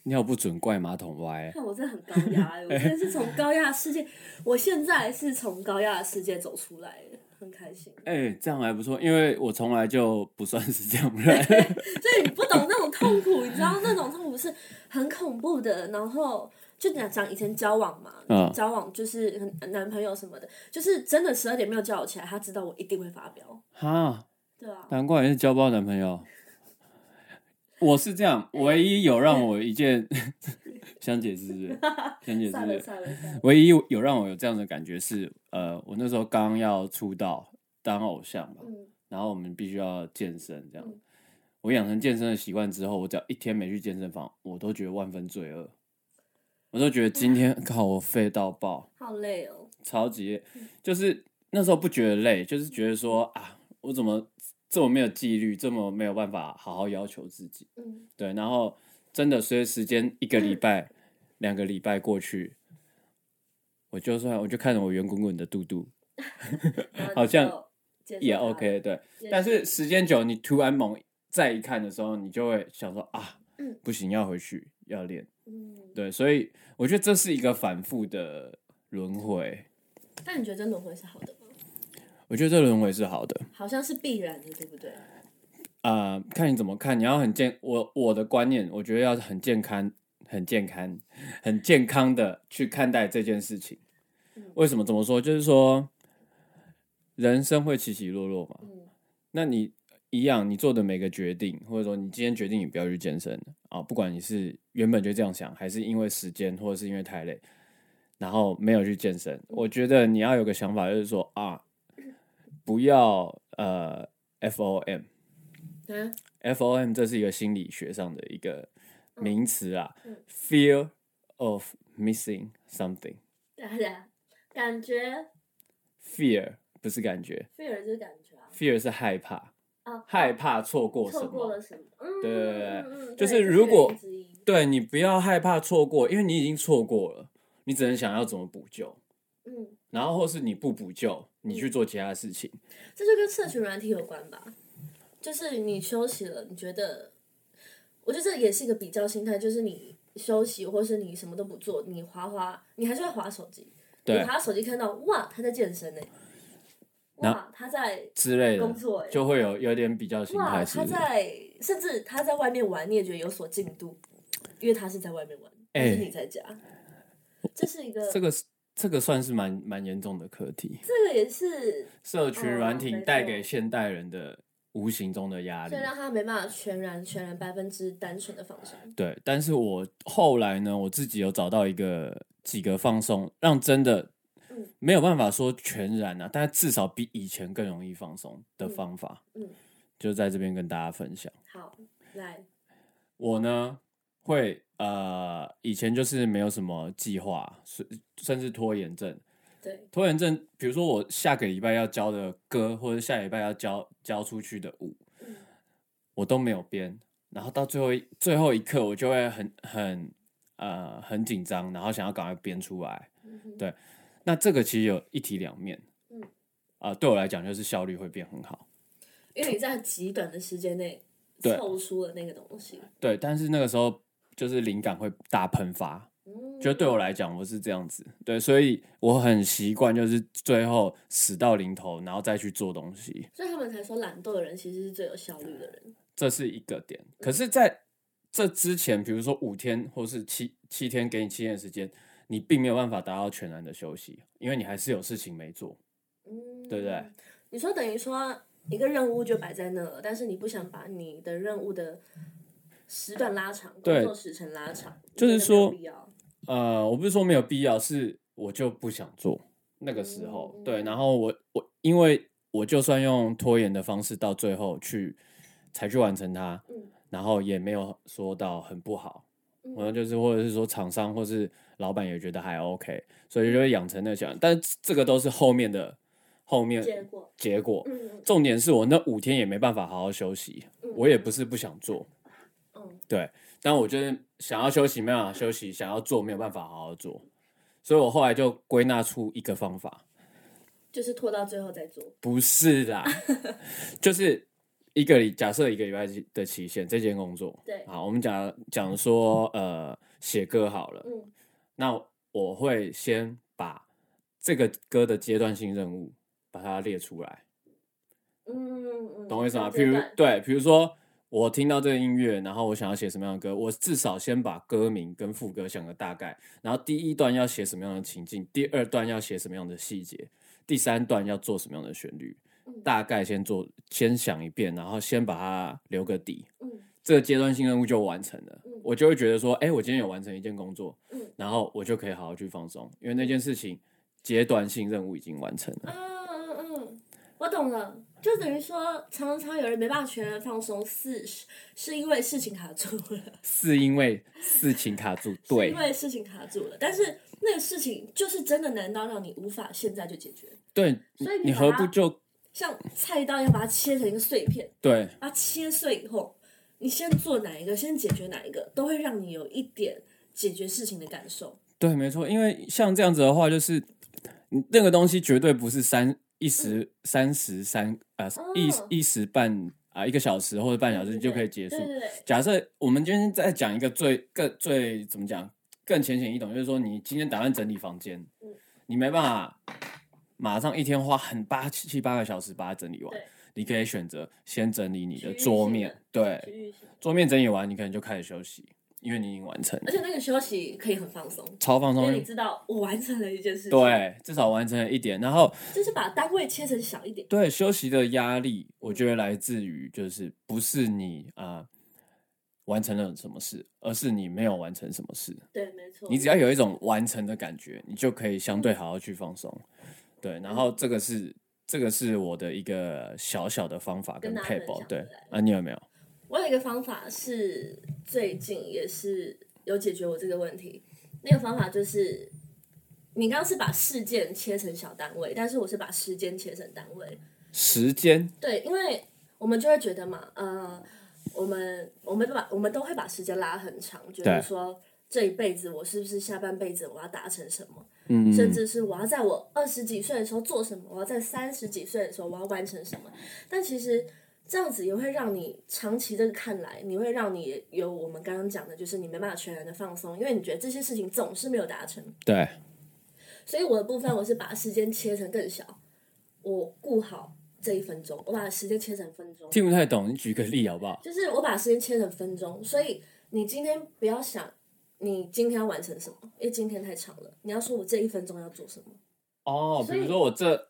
Speaker 2: 尿不准怪马桶歪、啊
Speaker 1: 看我真的很高压、欸，我真的是从高压的世界，我现在是从高压的世界走出来的，很开心。
Speaker 2: 哎、这样还不错，因为我从来就不算是这样人。
Speaker 1: 所以你不懂那种痛苦，你知道那种痛苦是很恐怖的。然后就讲讲以前交往嘛，
Speaker 2: 嗯
Speaker 1: 交往就是很男朋友什么的，就是真的十二点没有叫我起来，他知道我一定会发飙。
Speaker 2: 哈，
Speaker 1: 对啊，
Speaker 2: 难怪你是交不到男朋友。我是这 样，唯一有让我一件 想解释是不 是，想解释是
Speaker 1: 算
Speaker 2: 不
Speaker 1: 了
Speaker 2: 是。
Speaker 1: 算了算了，
Speaker 2: 唯一有让我有这样的感觉是，呃，我那时候刚要出道当偶像嘛，
Speaker 1: 嗯，
Speaker 2: 然后我们必须要健身，这样。
Speaker 1: 嗯
Speaker 2: 我养成健身的习惯之后，我只要一天没去健身房，我都觉得万分罪恶，我都觉得 今天靠我废到爆，
Speaker 1: 好累哦。
Speaker 2: 超级累就是那时候不觉得累，就是觉得说啊，我怎么这么没有纪律，这么没有办法好好要求自己。
Speaker 1: 嗯，
Speaker 2: 对，然后真的随着时间一个礼拜、两个礼拜过去，我就算我就看着我圆滚滚的肚肚
Speaker 1: 然后
Speaker 2: 好像
Speaker 1: 就接受
Speaker 2: 也
Speaker 1: 它
Speaker 2: OK，对。
Speaker 1: 也
Speaker 2: 但是时间久，你突然猛再一看的时候，你就会想说啊
Speaker 1: 嗯，
Speaker 2: 不行，要回去要练。
Speaker 1: 嗯，
Speaker 2: 对，所以我觉得这是一个反复的轮回。
Speaker 1: 但你觉得这轮回是好的吗？
Speaker 2: 我觉得这轮回是好的，
Speaker 1: 好像是必然的，对不对？
Speaker 2: 啊，看你怎么看。你要很健，我我的观念，我觉得要很健康、很健康、很健康的去看待这件事情
Speaker 1: 嗯。
Speaker 2: 为什么这么说？就是说，人生会起起落落嘛。
Speaker 1: 嗯
Speaker 2: 那你一样，你做的每个决定，或者说你今天决定你不要去健身啊，不管你是原本就这样想，还是因为时间，或者是因为太累，然后没有去健身，我觉得你要有个想法，就是说啊，不要呃 FOM。
Speaker 1: 嗯
Speaker 2: FOM 这是一个心理学上的一个名词啊、
Speaker 1: 嗯嗯
Speaker 2: f e a r of missing something，fear
Speaker 1: 大家啊 感觉
Speaker 2: 不是感觉
Speaker 1: fear 就是感觉啊，
Speaker 2: ，fear 是害怕，
Speaker 1: 啊，
Speaker 2: 害怕错过什
Speaker 1: 错过
Speaker 2: 么
Speaker 1: 了。什么？嗯，
Speaker 2: 对对对
Speaker 1: 嗯嗯嗯
Speaker 2: 就是
Speaker 1: 对这
Speaker 2: 如果
Speaker 1: 原因之一
Speaker 2: 对你不要害怕错过，因为你已经错过了，你只能想要怎么补救，
Speaker 1: 嗯，
Speaker 2: 然后或是你不补救，你去做其他事情。
Speaker 1: 这就跟社群软体有关吧。就是你休息了，你觉得，我觉得这也是一个比较心态，就是你休息或是你什么都不做，你滑滑，你还是会滑手机。
Speaker 2: 对
Speaker 1: 你滑手机看到哇，他在健身呢、哇，他在
Speaker 2: 之类的
Speaker 1: 工，作哎、
Speaker 2: 就会有有点比较心
Speaker 1: 哇，
Speaker 2: 态是
Speaker 1: 他
Speaker 2: 不是。
Speaker 1: 在甚至他在外面玩，你也觉得有所进度，因为他是在外面玩，
Speaker 2: 哎
Speaker 1: 还是你在家，这是一个
Speaker 2: 这个是这个算是蛮蛮严重的课题，
Speaker 1: 这个也是
Speaker 2: 社群软体
Speaker 1: 嗯没错
Speaker 2: 带给现代人的无形中的压力
Speaker 1: 所以。让他没办法全然、全然百分之单纯的放松。
Speaker 2: 对，但是我后来呢，我自己有找到一个几个放松，让真的
Speaker 1: 嗯
Speaker 2: 没有办法说全然啊，但至少比以前更容易放松的方法，
Speaker 1: 嗯，
Speaker 2: 就在这边跟大家分享。
Speaker 1: 好，来，
Speaker 2: 我呢会呃，以前就是没有什么计划，甚甚至拖延症。
Speaker 1: 对，
Speaker 2: 拖延症，比如说我下个礼拜要交的歌，或者下礼拜要交交出去的舞，
Speaker 1: 嗯
Speaker 2: 我都没有编，然后到最后一最后一刻，我就会很很呃很紧张，然后想要赶快编出来。
Speaker 1: 嗯哼
Speaker 2: 对那这个其实有一体两面，
Speaker 1: 嗯
Speaker 2: 啊、对我来讲就是效率会变很好，
Speaker 1: 因为你在极短的时间内
Speaker 2: 对
Speaker 1: 凑出了那个东西，
Speaker 2: 对，但是那个时候就是灵感会大喷发，
Speaker 1: 嗯，
Speaker 2: 就对我来讲我是这样子，对，所以我很习惯就是最后死到临头，然后再去做东西，
Speaker 1: 所以他们才说懒惰的人其实是最有效率的人。
Speaker 2: 这是一个点。可是在这之前，比如说五天或是七七天，给你七天的时间，你并没有办法达到全然的休息，因为你还是有事情没做。
Speaker 1: 嗯，
Speaker 2: 对不对？
Speaker 1: 你说等于说一个任务就摆在那了，但是你不想把你的任务的时段拉长，
Speaker 2: 对
Speaker 1: 工作时程拉长，
Speaker 2: 就是说
Speaker 1: 你觉得没有必要
Speaker 2: 呃，我不是说没有必要，是我就不想做那个时候。
Speaker 1: 嗯
Speaker 2: 对，然后我我因为我就算用拖延的方式到最后去才去完成它，
Speaker 1: 嗯
Speaker 2: 然后也没有说到很不好。
Speaker 1: 嗯
Speaker 2: 然后就是或者是说厂商或是老板也觉得还 OK，所以就会养成那想，但是这个都是后面的后面
Speaker 1: 结果，
Speaker 2: 结果。
Speaker 1: 嗯
Speaker 2: 重点是我那五天也没办法好好休息，
Speaker 1: 嗯
Speaker 2: 我也不是不想做，
Speaker 1: 嗯
Speaker 2: 但我就是想要休息，没有办法休息；想要做，没有办法好好做。所以我后来就归纳出一个方法，
Speaker 1: 就是拖到最后再做，
Speaker 2: 不是 啦，就是一个礼，假设一个礼拜的期限，这件工作，
Speaker 1: 对
Speaker 2: 好，我们讲讲说，呃，写歌好了，
Speaker 1: 嗯
Speaker 2: 那我会先把这个歌的阶段性任务把它列出来，
Speaker 1: 嗯嗯嗯，
Speaker 2: 懂我意思吗？
Speaker 1: 分
Speaker 2: 譬
Speaker 1: 阶
Speaker 2: 如
Speaker 1: 段
Speaker 2: 对，比如说我听到这个音乐，然后我想要写什么样的歌，我至少先把歌名跟副歌想个大概，然后第一段要写什么样的情境，第二段要写什么样的细节，第三段要做什么样的旋律，
Speaker 1: 嗯
Speaker 2: 大概先做，先想一遍，然后先把它留个底。
Speaker 1: 嗯
Speaker 2: 这个阶段性任务就完成了
Speaker 1: 嗯，
Speaker 2: 我就会觉得说，哎、我今天有完成一件工作，
Speaker 1: 嗯
Speaker 2: 然后我就可以好好去放松，因为那件事情阶段性任务已经完成了。
Speaker 1: 嗯嗯嗯，我懂了。就等于说，常常有人没办法全然放松，是是是因为事情卡住了，
Speaker 2: 是因为事情卡住，对
Speaker 1: 因为事情卡住了。但是那个事情就是真的难到让你无法现在就解决，
Speaker 2: 对，
Speaker 1: 所以
Speaker 2: 你
Speaker 1: 你
Speaker 2: 何
Speaker 1: 把
Speaker 2: 不
Speaker 1: 它
Speaker 2: 就
Speaker 1: 像菜刀一样把它切成一个碎片，
Speaker 2: 对
Speaker 1: 把它切碎以后，你先做哪一个，先解决哪一个，都会让你有一点解决事情的感受。
Speaker 2: 对，没错，因为像这样子的话，就是嗯那个东西绝对不是三一时三时三啊、
Speaker 1: 嗯哦
Speaker 2: 一一时半啊、一个小时或者半小时就可以结束
Speaker 1: 对。对对，
Speaker 2: 假设我们今天再讲一个最更最怎么讲更浅显易懂，就是说你今天打算整理房间
Speaker 1: 嗯，
Speaker 2: 你没办法马上一天花很八七七八个小时把它整理完
Speaker 1: 对，
Speaker 2: 你可以选择先整理你
Speaker 1: 区
Speaker 2: 的
Speaker 1: 域
Speaker 2: 桌
Speaker 1: 性
Speaker 2: 面
Speaker 1: 的，
Speaker 2: 对，
Speaker 1: 区域性
Speaker 2: 桌面整理完，你可能就开始休息，因为你已经完成了
Speaker 1: 而且那个休息可以很放松，
Speaker 2: 超放
Speaker 1: 因
Speaker 2: 松
Speaker 1: 为你，知道我完成了一件事情。。
Speaker 2: 对，至少完成了一点。然后
Speaker 1: 就是把单位切成小一点。
Speaker 2: 对休息的压力，我觉得来自于就是不是你啊、呃完成了什么事，而是你没有完成什么事。
Speaker 1: 对，没错。
Speaker 2: 你只要有一种完成的感觉，你就可以相对好好去放松。对，然后这个是这个是我的一个小小的方法跟
Speaker 1: 跟大家
Speaker 2: 配
Speaker 1: 分
Speaker 2: 宝。
Speaker 1: 享
Speaker 2: 对
Speaker 1: 对
Speaker 2: 啊，你有没有？
Speaker 1: 我有一个方法是最近也是有解决我这个问题。那个方法就是，你刚刚是把事件切成小单位，但是我是把时间切成单位。
Speaker 2: 时间
Speaker 1: 对，因为我们就会觉得嘛，呃，我们我们把我们都会把时间拉很长，觉得
Speaker 2: 对
Speaker 1: 说这一辈子我是不是下半辈子我要达成什么，
Speaker 2: 嗯
Speaker 1: 甚至是我要在我二十几岁的时候做什么，我要在三十几岁的时候我要完成什么。但其实这样子也会让你长期的看来，你会让你有我们刚刚讲的，就是你没办法全然的放松，因为你觉得这些事情总是没有达成。
Speaker 2: 对
Speaker 1: 所以我的部分我是把时间切成更小，我顾好这一分钟，我把时间切成分钟。
Speaker 2: 听不太懂，你举个例好不好？
Speaker 1: 就是我把时间切成分钟，所以你今天不要想你今天要完成什么，因为今天太长了。你要说我这一分钟要做什么。
Speaker 2: 哦，比
Speaker 1: 所以
Speaker 2: 如说我这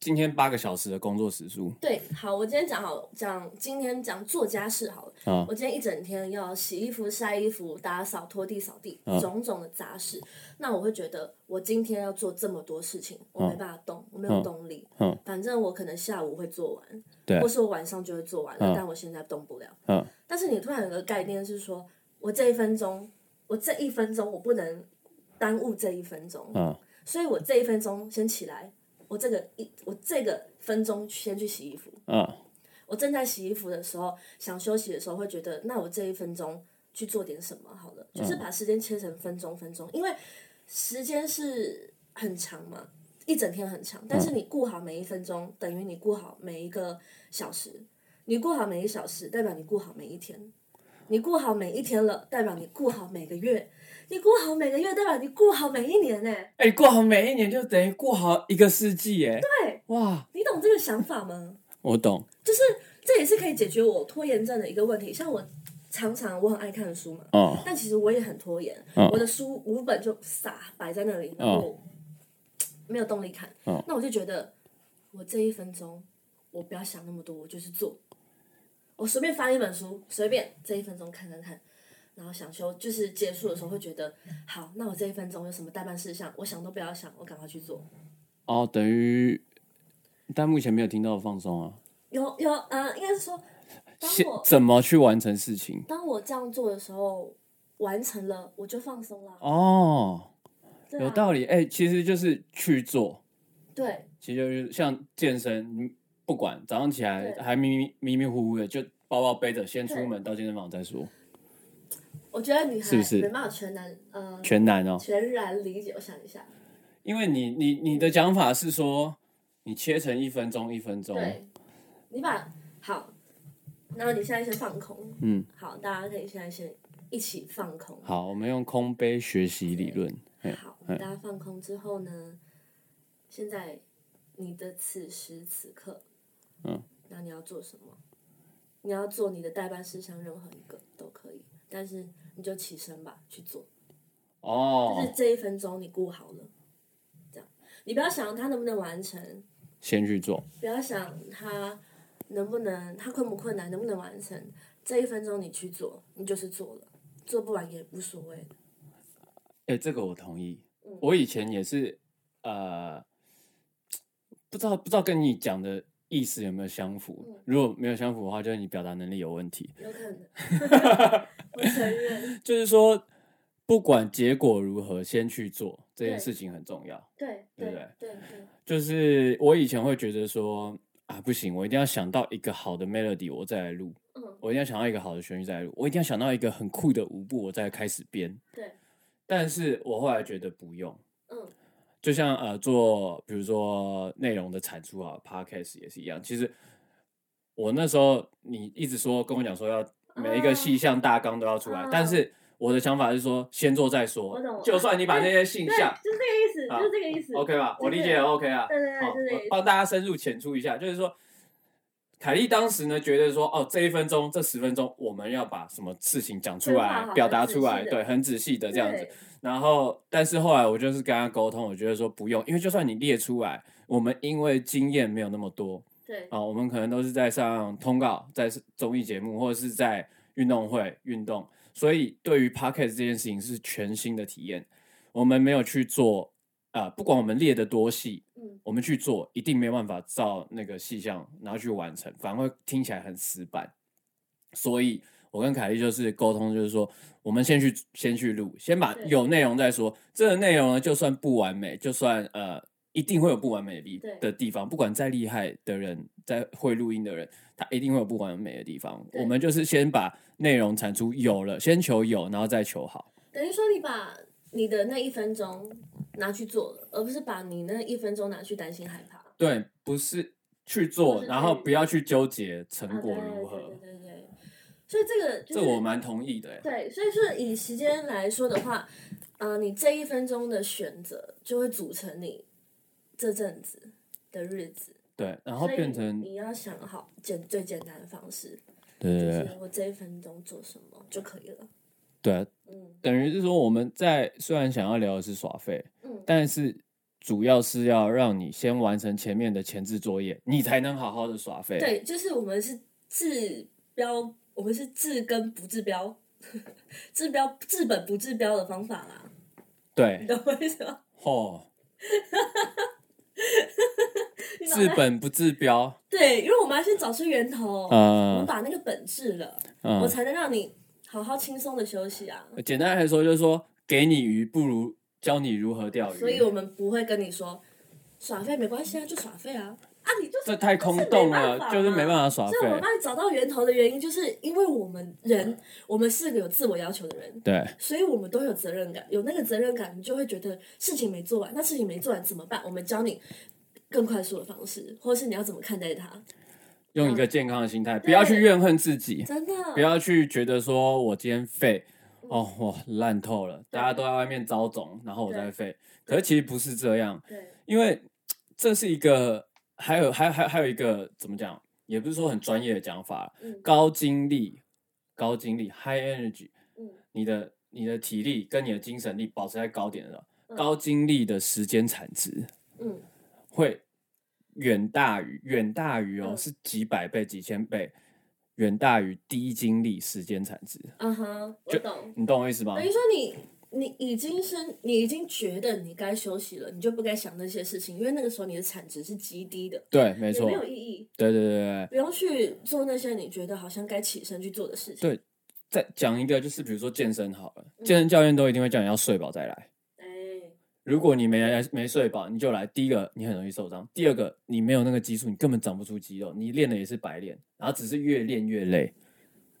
Speaker 2: 今天八个小时的工作时数
Speaker 1: 对，好，我今天讲好讲，今天讲做家事好了。
Speaker 2: 啊
Speaker 1: 我今天一整天要洗衣服、晒衣服、打扫、拖地、扫地，
Speaker 2: 嗯
Speaker 1: 种种的杂事。那我会觉得，我今天要做这么多事情，我
Speaker 2: 嗯
Speaker 1: 没办法动，我没有动力。
Speaker 2: 嗯
Speaker 1: 反正我可能下午会做完，
Speaker 2: 对
Speaker 1: 或是我晚上就会做完了，
Speaker 2: 嗯
Speaker 1: 但我现在动不了。
Speaker 2: 嗯
Speaker 1: 但是你突然有个概念是说，我这一分钟，我这一分钟，我不能耽误这一分钟。
Speaker 2: 嗯
Speaker 1: 所以我这一分钟先起来，我这个一我这个分钟先去洗衣服。
Speaker 2: 嗯，
Speaker 1: 我正在洗衣服的时候，想休息的时候，会觉得那我这一分钟去做点什么好了，就是把时间切成分钟分钟，因为时间是很长嘛，一整天很长，但是你顾好每一分钟，等于你顾好每一个小时，你顾好每一小时，代表你顾好每一天。你顾好每一天了，代表你顾好每个月；你顾好每个月，代表你顾好每一年呢、
Speaker 2: 哎、过好每一年就等于过好一个世纪耶！
Speaker 1: 对，
Speaker 2: 哇，
Speaker 1: 你懂这个想法吗？
Speaker 2: 我懂，
Speaker 1: 这也是可以解决我拖延症的一个问题。像我常常我很爱看书嘛，
Speaker 2: 哦，
Speaker 1: 但其实我也很拖延，
Speaker 2: 嗯
Speaker 1: 我的书五本就撒摆在那里，然后我没有动力看。
Speaker 2: 嗯
Speaker 1: 那我就觉得，我这一分钟我不要想那么多，我就是做。我随便翻一本书，随便这一分钟看看看，然后想休，就是结束的时候会觉得，好，那我这一分钟有什么代办事项，我想都不要想，我赶快去做。
Speaker 2: 哦，等于，但目前没有听到放松啊。
Speaker 1: 有有，呃，应该是说，当
Speaker 2: 现
Speaker 1: 我
Speaker 2: 怎么去完成事情？
Speaker 1: 当我这样做的时候，完成了，我就放松了。
Speaker 2: 哦，
Speaker 1: 对啊
Speaker 2: 有道理。哎、其实就是去做，
Speaker 1: 对，
Speaker 2: 其实就是像健身，你不管早上起来
Speaker 1: 对
Speaker 2: 还迷迷迷迷糊糊的，就包包背着先出
Speaker 1: 对嗯
Speaker 2: 门到健身房再说。
Speaker 1: 我觉得女孩
Speaker 2: 是不是
Speaker 1: 没办法全然呃
Speaker 2: 全难哦，
Speaker 1: 全然理解。我想一下，
Speaker 2: 因为你你你的讲法是说，你切成一分钟一分钟，
Speaker 1: 对，你把好，然后你现在先放空，
Speaker 2: 嗯，
Speaker 1: 好，大家可以现在先一起放空。
Speaker 2: 好，哎我们用空杯学习理论。嘿
Speaker 1: 好，我们大家放空之后呢，现在你的此时此刻，
Speaker 2: 嗯，
Speaker 1: 那你要做什么？你要做你的代办事项，任何一个都可以，但是你就起身吧，去做。就
Speaker 2: 哦
Speaker 1: 是，这一分钟你顾好了，这样，你不要想它能不能完成，
Speaker 2: 先去做。
Speaker 1: 不要想它能不能，它困不困难，能不能完成。这一分钟你去做，你就是做了，做不完也无所谓。
Speaker 2: 哎、这个我同意。
Speaker 1: 嗯
Speaker 2: 我以前也是，呃，不知道不知道跟你讲的意思有没有相
Speaker 1: 嗯
Speaker 2: 符。如果没有相符的话，就是你表达能力有问题。
Speaker 1: 有可能， 我承认，
Speaker 2: 就是说，不管结果如何，先去做这件
Speaker 1: 对
Speaker 2: 事情很重要。
Speaker 1: 对
Speaker 2: 对
Speaker 1: 对
Speaker 2: 不
Speaker 1: 对
Speaker 2: 对
Speaker 1: 对，
Speaker 2: 就是我以前会觉得说啊，不行，我一定要想到一个好的 melody，我再来录；
Speaker 1: 嗯，
Speaker 2: 我一定要想到一个好的旋律再来录；我一定要想到一个很酷的舞步，我再开始编。
Speaker 1: 对，
Speaker 2: 但是我后来觉得不用，
Speaker 1: 嗯，
Speaker 2: 就像呃做比如说内容的产出啊，podcast 也是一样。其实我那时候你一直说跟我讲说要每一个细项大纲都要出来，
Speaker 1: 啊
Speaker 2: 但是我的想法是说先做再说
Speaker 1: 我懂，
Speaker 2: 就算你把那些性
Speaker 1: 对，
Speaker 2: 向
Speaker 1: 就是这个意思，
Speaker 2: 好
Speaker 1: 就是这个意思
Speaker 2: 啊 OK 吧，
Speaker 1: 对
Speaker 2: 我理解也 OK 啊。
Speaker 1: 对对对
Speaker 2: 好，
Speaker 1: 就是这
Speaker 2: 我
Speaker 1: 个意思
Speaker 2: 帮大家深入浅出一下，就是说，凯莉当时呢觉得说，哦，这一分钟、这十分钟，我们要把什么事情讲出
Speaker 1: 规划
Speaker 2: 来
Speaker 1: 好、
Speaker 2: 表达
Speaker 1: 很
Speaker 2: 出来，
Speaker 1: 仔细地
Speaker 2: 对，很仔细的这样子。
Speaker 1: 对
Speaker 2: 然后，但是后来我就是跟他沟通，我觉得说不用，因为就算你列出来，我们因为经验没有那么多
Speaker 1: 对
Speaker 2: 啊、我们可能都是在上通告、在综艺节目或者是在运动会运动，所以对于 podcast 这件事情是全新的体验。我们没有去做，呃，不管我们列的多细，
Speaker 1: 嗯，
Speaker 2: 我们去做，一定没办法照那个细项然后去完成，反而会听起来很死板。所以我跟凯莉就是沟通，就是说，我们先去先去录，先把
Speaker 1: 对
Speaker 2: 有内容再说。这个内容呢，就算不完美，就算呃，一定会有不完美的地
Speaker 1: 对
Speaker 2: 的地方。不管再厉害的人，再会录音的人，他一定会有不完美的地方。
Speaker 1: 对
Speaker 2: 我们就是先把内容产出有了，先求有，然后再求好。
Speaker 1: 等于说你把你的那一分钟拿去做了，而不是把你那一分钟拿去担心害怕。
Speaker 2: 对，不是去
Speaker 1: 不
Speaker 2: 做，
Speaker 1: 是
Speaker 2: 然后
Speaker 1: 去
Speaker 2: 不要去纠结成
Speaker 1: 啊，
Speaker 2: 果
Speaker 1: 对
Speaker 2: 如何。
Speaker 1: 对对对对，所以这个就是
Speaker 2: 这我蛮同意的欸。
Speaker 1: 对，所以说以时间来说的话，呃，你这一分钟的选择就会组成你这阵子的日子，
Speaker 2: 对，然后
Speaker 1: 所以
Speaker 2: 变成
Speaker 1: 你要想好简最简单的方式，
Speaker 2: 对
Speaker 1: 就
Speaker 2: 对
Speaker 1: 是
Speaker 2: 对
Speaker 1: 我这一分钟做什么就可以了。
Speaker 2: 对，
Speaker 1: 嗯
Speaker 2: 等于是说我们在虽然想要聊的是耍废，
Speaker 1: 嗯，
Speaker 2: 但是主要是要让你先完成前面的前置作业，你才能好好的耍废。
Speaker 1: 对，就是我们是治标，我们是治根不治标，治标治本不治标的方法啦，你
Speaker 2: 对，
Speaker 1: 懂我意思吗？
Speaker 2: 哦，
Speaker 1: 你脑
Speaker 2: 治
Speaker 1: 袋
Speaker 2: 本不治标，
Speaker 1: 对，因为我们要先找出源头，哦我们
Speaker 2: 嗯
Speaker 1: 把那个本治了。我
Speaker 2: 嗯，
Speaker 1: 才能让你好好轻松的休息啊。
Speaker 2: 简单来说就是说，给你鱼不如教你如何钓鱼，
Speaker 1: 所以我们不会跟你说耍废没关系啊，就耍废啊啊，你就是
Speaker 2: 这太空
Speaker 1: 这是
Speaker 2: 洞
Speaker 1: 没办法
Speaker 2: 了，
Speaker 1: 嘛
Speaker 2: 就是没办法耍
Speaker 1: 所以我们
Speaker 2: 废。
Speaker 1: 帮你找到源头的原因，就是因为我们人，我们是个有自我要求的人，
Speaker 2: 对
Speaker 1: 所以我们都有责任感。有那个责任感，你就会觉得事情没做完，那事情没做完怎么办？我们教你更快速的方式，或是你要怎么看待它。
Speaker 2: 用一个健康的心态，不要去怨恨自己。
Speaker 1: 真的，
Speaker 2: 不要去觉得说我今天废，哦，我烂透了，大家都在外面招总，然后我在废。可是其实不是这样，
Speaker 1: 对
Speaker 2: 因为嘖这是一个，还有还还还有一个怎么讲，也不是说很专业的讲法，
Speaker 1: 嗯
Speaker 2: 高精力高精力 （high energy），
Speaker 1: 嗯
Speaker 2: 你的你的体力跟你的精神力保持在高点的时候，
Speaker 1: 嗯
Speaker 2: 高精力的时间产值
Speaker 1: 嗯
Speaker 2: 会远大于远大于哦，
Speaker 1: 嗯
Speaker 2: 是几百倍、几千倍，远大于低精力时间产值。
Speaker 1: 嗯哼，我
Speaker 2: 就
Speaker 1: 懂。
Speaker 2: 你懂我意思吗？
Speaker 1: 等于说你你已经是你已经觉得你该休息了，你就不该想那些事情，因为那个时候你的产值是极低的，
Speaker 2: 对，没
Speaker 1: 也
Speaker 2: 错，
Speaker 1: 没有
Speaker 2: 对
Speaker 1: 意义，
Speaker 2: 对对对对。
Speaker 1: 不用去做那些你觉得好像该起身去做的事情。
Speaker 2: 对再讲一个，就是比如说健身好了，
Speaker 1: 嗯
Speaker 2: 健身教练都一定会叫你要睡饱再来。
Speaker 1: 哎，
Speaker 2: 如果你没来没睡饱，你就来。第一个，你很容易受伤；第二个，你没有那个基础，你根本长不出肌肉，你练的也是白练，然后只是越练越累。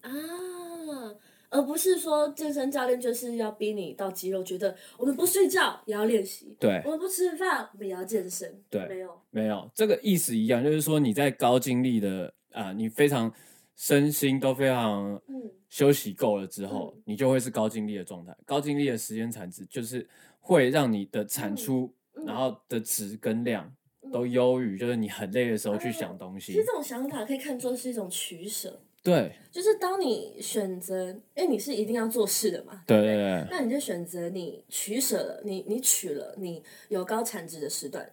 Speaker 1: 啊，哎而不是说健身教练就是要逼你到肌肉，觉得我们不睡觉也要练习，
Speaker 2: 对
Speaker 1: 我，们不吃饭我们也要健身，
Speaker 2: 对
Speaker 1: 哦没有，
Speaker 2: 没有这个意思一样，就是说你在高精力的啊、你非常身心都非常
Speaker 1: 嗯
Speaker 2: 休息够了之后，你就会是高精力的状态。高精力的时间产值就是会让你的产出，
Speaker 1: 嗯
Speaker 2: 然后的值跟量
Speaker 1: 嗯
Speaker 2: 都优于，就是你很累的时候去
Speaker 1: 嗯
Speaker 2: 想东西
Speaker 1: 其实。这种想法可以看作是一种取舍，
Speaker 2: 对，
Speaker 1: 就是当你选择，因为你是一定要做事的嘛，
Speaker 2: 对对对。
Speaker 1: 那你就选择你取舍了，你你取了你有高产值的时段，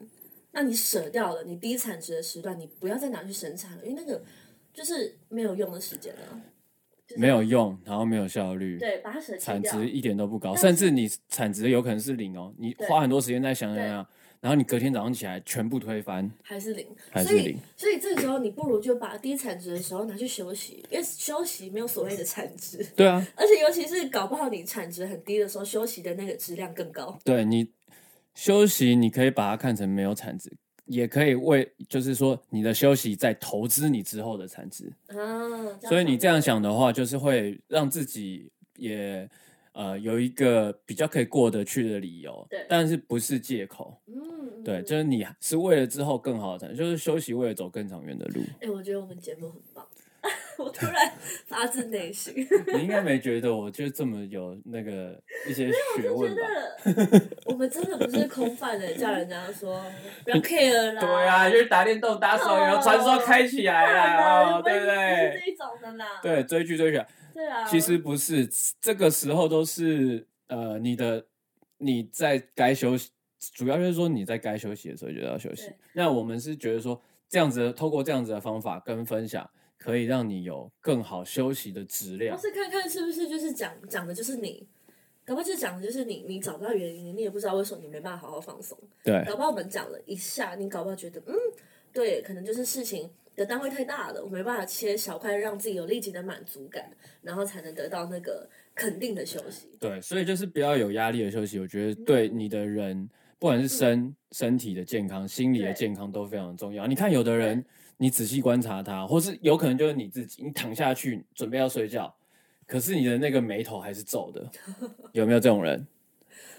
Speaker 1: 那你舍掉了你低产值的时段，你不要再拿去生产了，因为那个就是没有用的时间
Speaker 2: 嗯
Speaker 1: 了。
Speaker 2: 没有用，然后没有效率，
Speaker 1: 对，把它舍弃
Speaker 2: 产
Speaker 1: 掉。
Speaker 2: 值一点都不高，
Speaker 1: 但
Speaker 2: 甚至你产值有可能是零哦。你
Speaker 1: 对
Speaker 2: 花很多时间在想想
Speaker 1: 对
Speaker 2: 想，然后你隔天早上起来全部推翻，
Speaker 1: 还是零，
Speaker 2: 还是零
Speaker 1: 所以所以这时候你不如就把低产值的时候拿去休息，因为休息没有所谓的产值，
Speaker 2: 对啊，
Speaker 1: 而且尤其是搞不好你产值很低的时候，休息的那个质量更高。
Speaker 2: 对你休息，你可以把它看成没有产值，也可以为就是说你的休息在投资你之后的产值。
Speaker 1: 啊，
Speaker 2: 所以你这
Speaker 1: 样
Speaker 2: 样想的话，就是会让自己也呃有一个比较可以过得去的理由，
Speaker 1: 对
Speaker 2: 但是不是借口。
Speaker 1: 想，嗯，嗯
Speaker 2: 对，
Speaker 1: 嗯
Speaker 2: 就是你是为了之后更好的产值，就是休息为了走更长远 的路。
Speaker 1: 哎、我觉得我们节目很棒， 我 突然发自内心，
Speaker 2: 你应该没觉得我就这么有那 个一些学
Speaker 1: 我觉
Speaker 2: 问吧？
Speaker 1: 得 我们真的不是空泛的叫人家说不 要 care 啦，
Speaker 2: 对啊，就是打电动、打手游、
Speaker 1: 哦
Speaker 2: 传说开起来
Speaker 1: 啦，
Speaker 2: 啦，哦，对不
Speaker 1: 是
Speaker 2: 对？
Speaker 1: 这一种的啦，
Speaker 2: 对，追剧追剧，
Speaker 1: 对啊，
Speaker 2: 其实不是，这个时候都是呃，你的你在该休息，主要就是说你在该休息的时候就要休息
Speaker 1: 对。
Speaker 2: 那我们是觉得说，这样子的透过这样子的方法跟分享，可以让你有更好休息的质
Speaker 1: 要
Speaker 2: 量。
Speaker 1: 是看看是不是就是讲讲的就是你。搞不好就讲的就是你，你找不到原因，你也不知道为什么你没办法好好放松。
Speaker 2: 对
Speaker 1: 搞不好我们讲了一下，你搞不好觉得，嗯，对，可能就是事情的单位太大了，我没办法切小块，让自己有立即的满足感，然后才能得到那个肯定的休息。
Speaker 2: 对，所以就是不要有压力的休息，我觉得对
Speaker 1: 嗯
Speaker 2: 你的人，不管是身身体的健康、心理的
Speaker 1: 对
Speaker 2: 健康都非常重要。你看，有的人你仔细观察他，或是有可能就是你自己，你躺下去准备要睡觉，可是你的那个眉头还是皱 的，有没有这种人？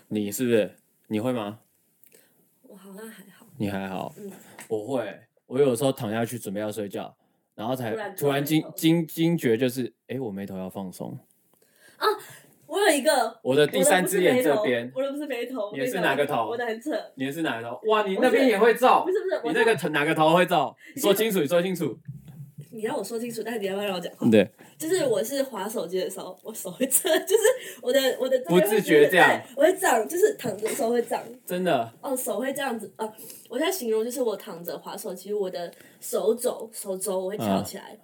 Speaker 2: 你是不是？你会吗？
Speaker 1: 我好像还好，
Speaker 2: 你还好，
Speaker 1: 嗯
Speaker 2: 我会。我有时候躺下去准备要睡觉，然后才
Speaker 1: 突然皱
Speaker 2: 突然
Speaker 1: 眉
Speaker 2: 惊
Speaker 1: 头
Speaker 2: 惊惊觉，就是哎，我眉头要放松。
Speaker 1: 我有一个，
Speaker 2: 我的
Speaker 1: 我
Speaker 2: 第三只眼这边，
Speaker 1: 我的不是眉头，
Speaker 2: 你的是哪个头
Speaker 1: 我的很扯，
Speaker 2: 你的是哪个头？哇，你
Speaker 1: 我
Speaker 2: 那
Speaker 1: 是
Speaker 2: 边也会照
Speaker 1: 不？是不是，
Speaker 2: 你
Speaker 1: 我
Speaker 2: 那个头哪个头会照？说清楚，说清楚。
Speaker 1: 你让我说清楚，但是你要不要让我讲话？
Speaker 2: 对，
Speaker 1: 就是我是滑手机的时候，我手会这，就是我的我的
Speaker 2: 不自觉这样，
Speaker 1: 对我会这样，就是躺着的时候会这样。
Speaker 2: 真的，
Speaker 1: 哦，手会这样子啊、呃我在形容就是我躺着滑手机，我的手肘、手肘我会翘起
Speaker 2: 啊
Speaker 1: 来，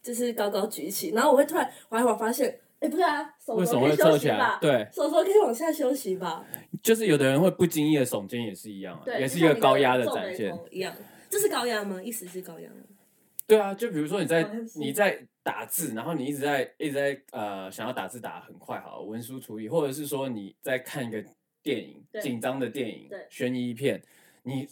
Speaker 1: 就是高高举起，然后我会突然滑一滑，发现，哎，不对啊，手
Speaker 2: 为什
Speaker 1: 肘
Speaker 2: 么
Speaker 1: 可
Speaker 2: 会
Speaker 1: 以
Speaker 2: 皱
Speaker 1: 休
Speaker 2: 起
Speaker 1: 息
Speaker 2: 来
Speaker 1: 吧？？
Speaker 2: 对，
Speaker 1: 手肘可以往下休息吧？
Speaker 2: 就是有的人会不经意的耸肩，也是一样啊，
Speaker 1: 对，
Speaker 2: 也
Speaker 1: 就是
Speaker 2: 一个
Speaker 1: 像
Speaker 2: 高压的
Speaker 1: 皱
Speaker 2: 展
Speaker 1: 眉
Speaker 2: 现。
Speaker 1: 头一样。这是高压吗？意思是高压吗？
Speaker 2: 对啊，就比如说你在
Speaker 1: 好像是
Speaker 2: 你在打字，然后你一直在一直在呃想要打字打得很快，好了文书处理，或者是说你在看一个电影，
Speaker 1: 对
Speaker 2: 紧张的电影
Speaker 1: 对，
Speaker 2: 悬疑片，你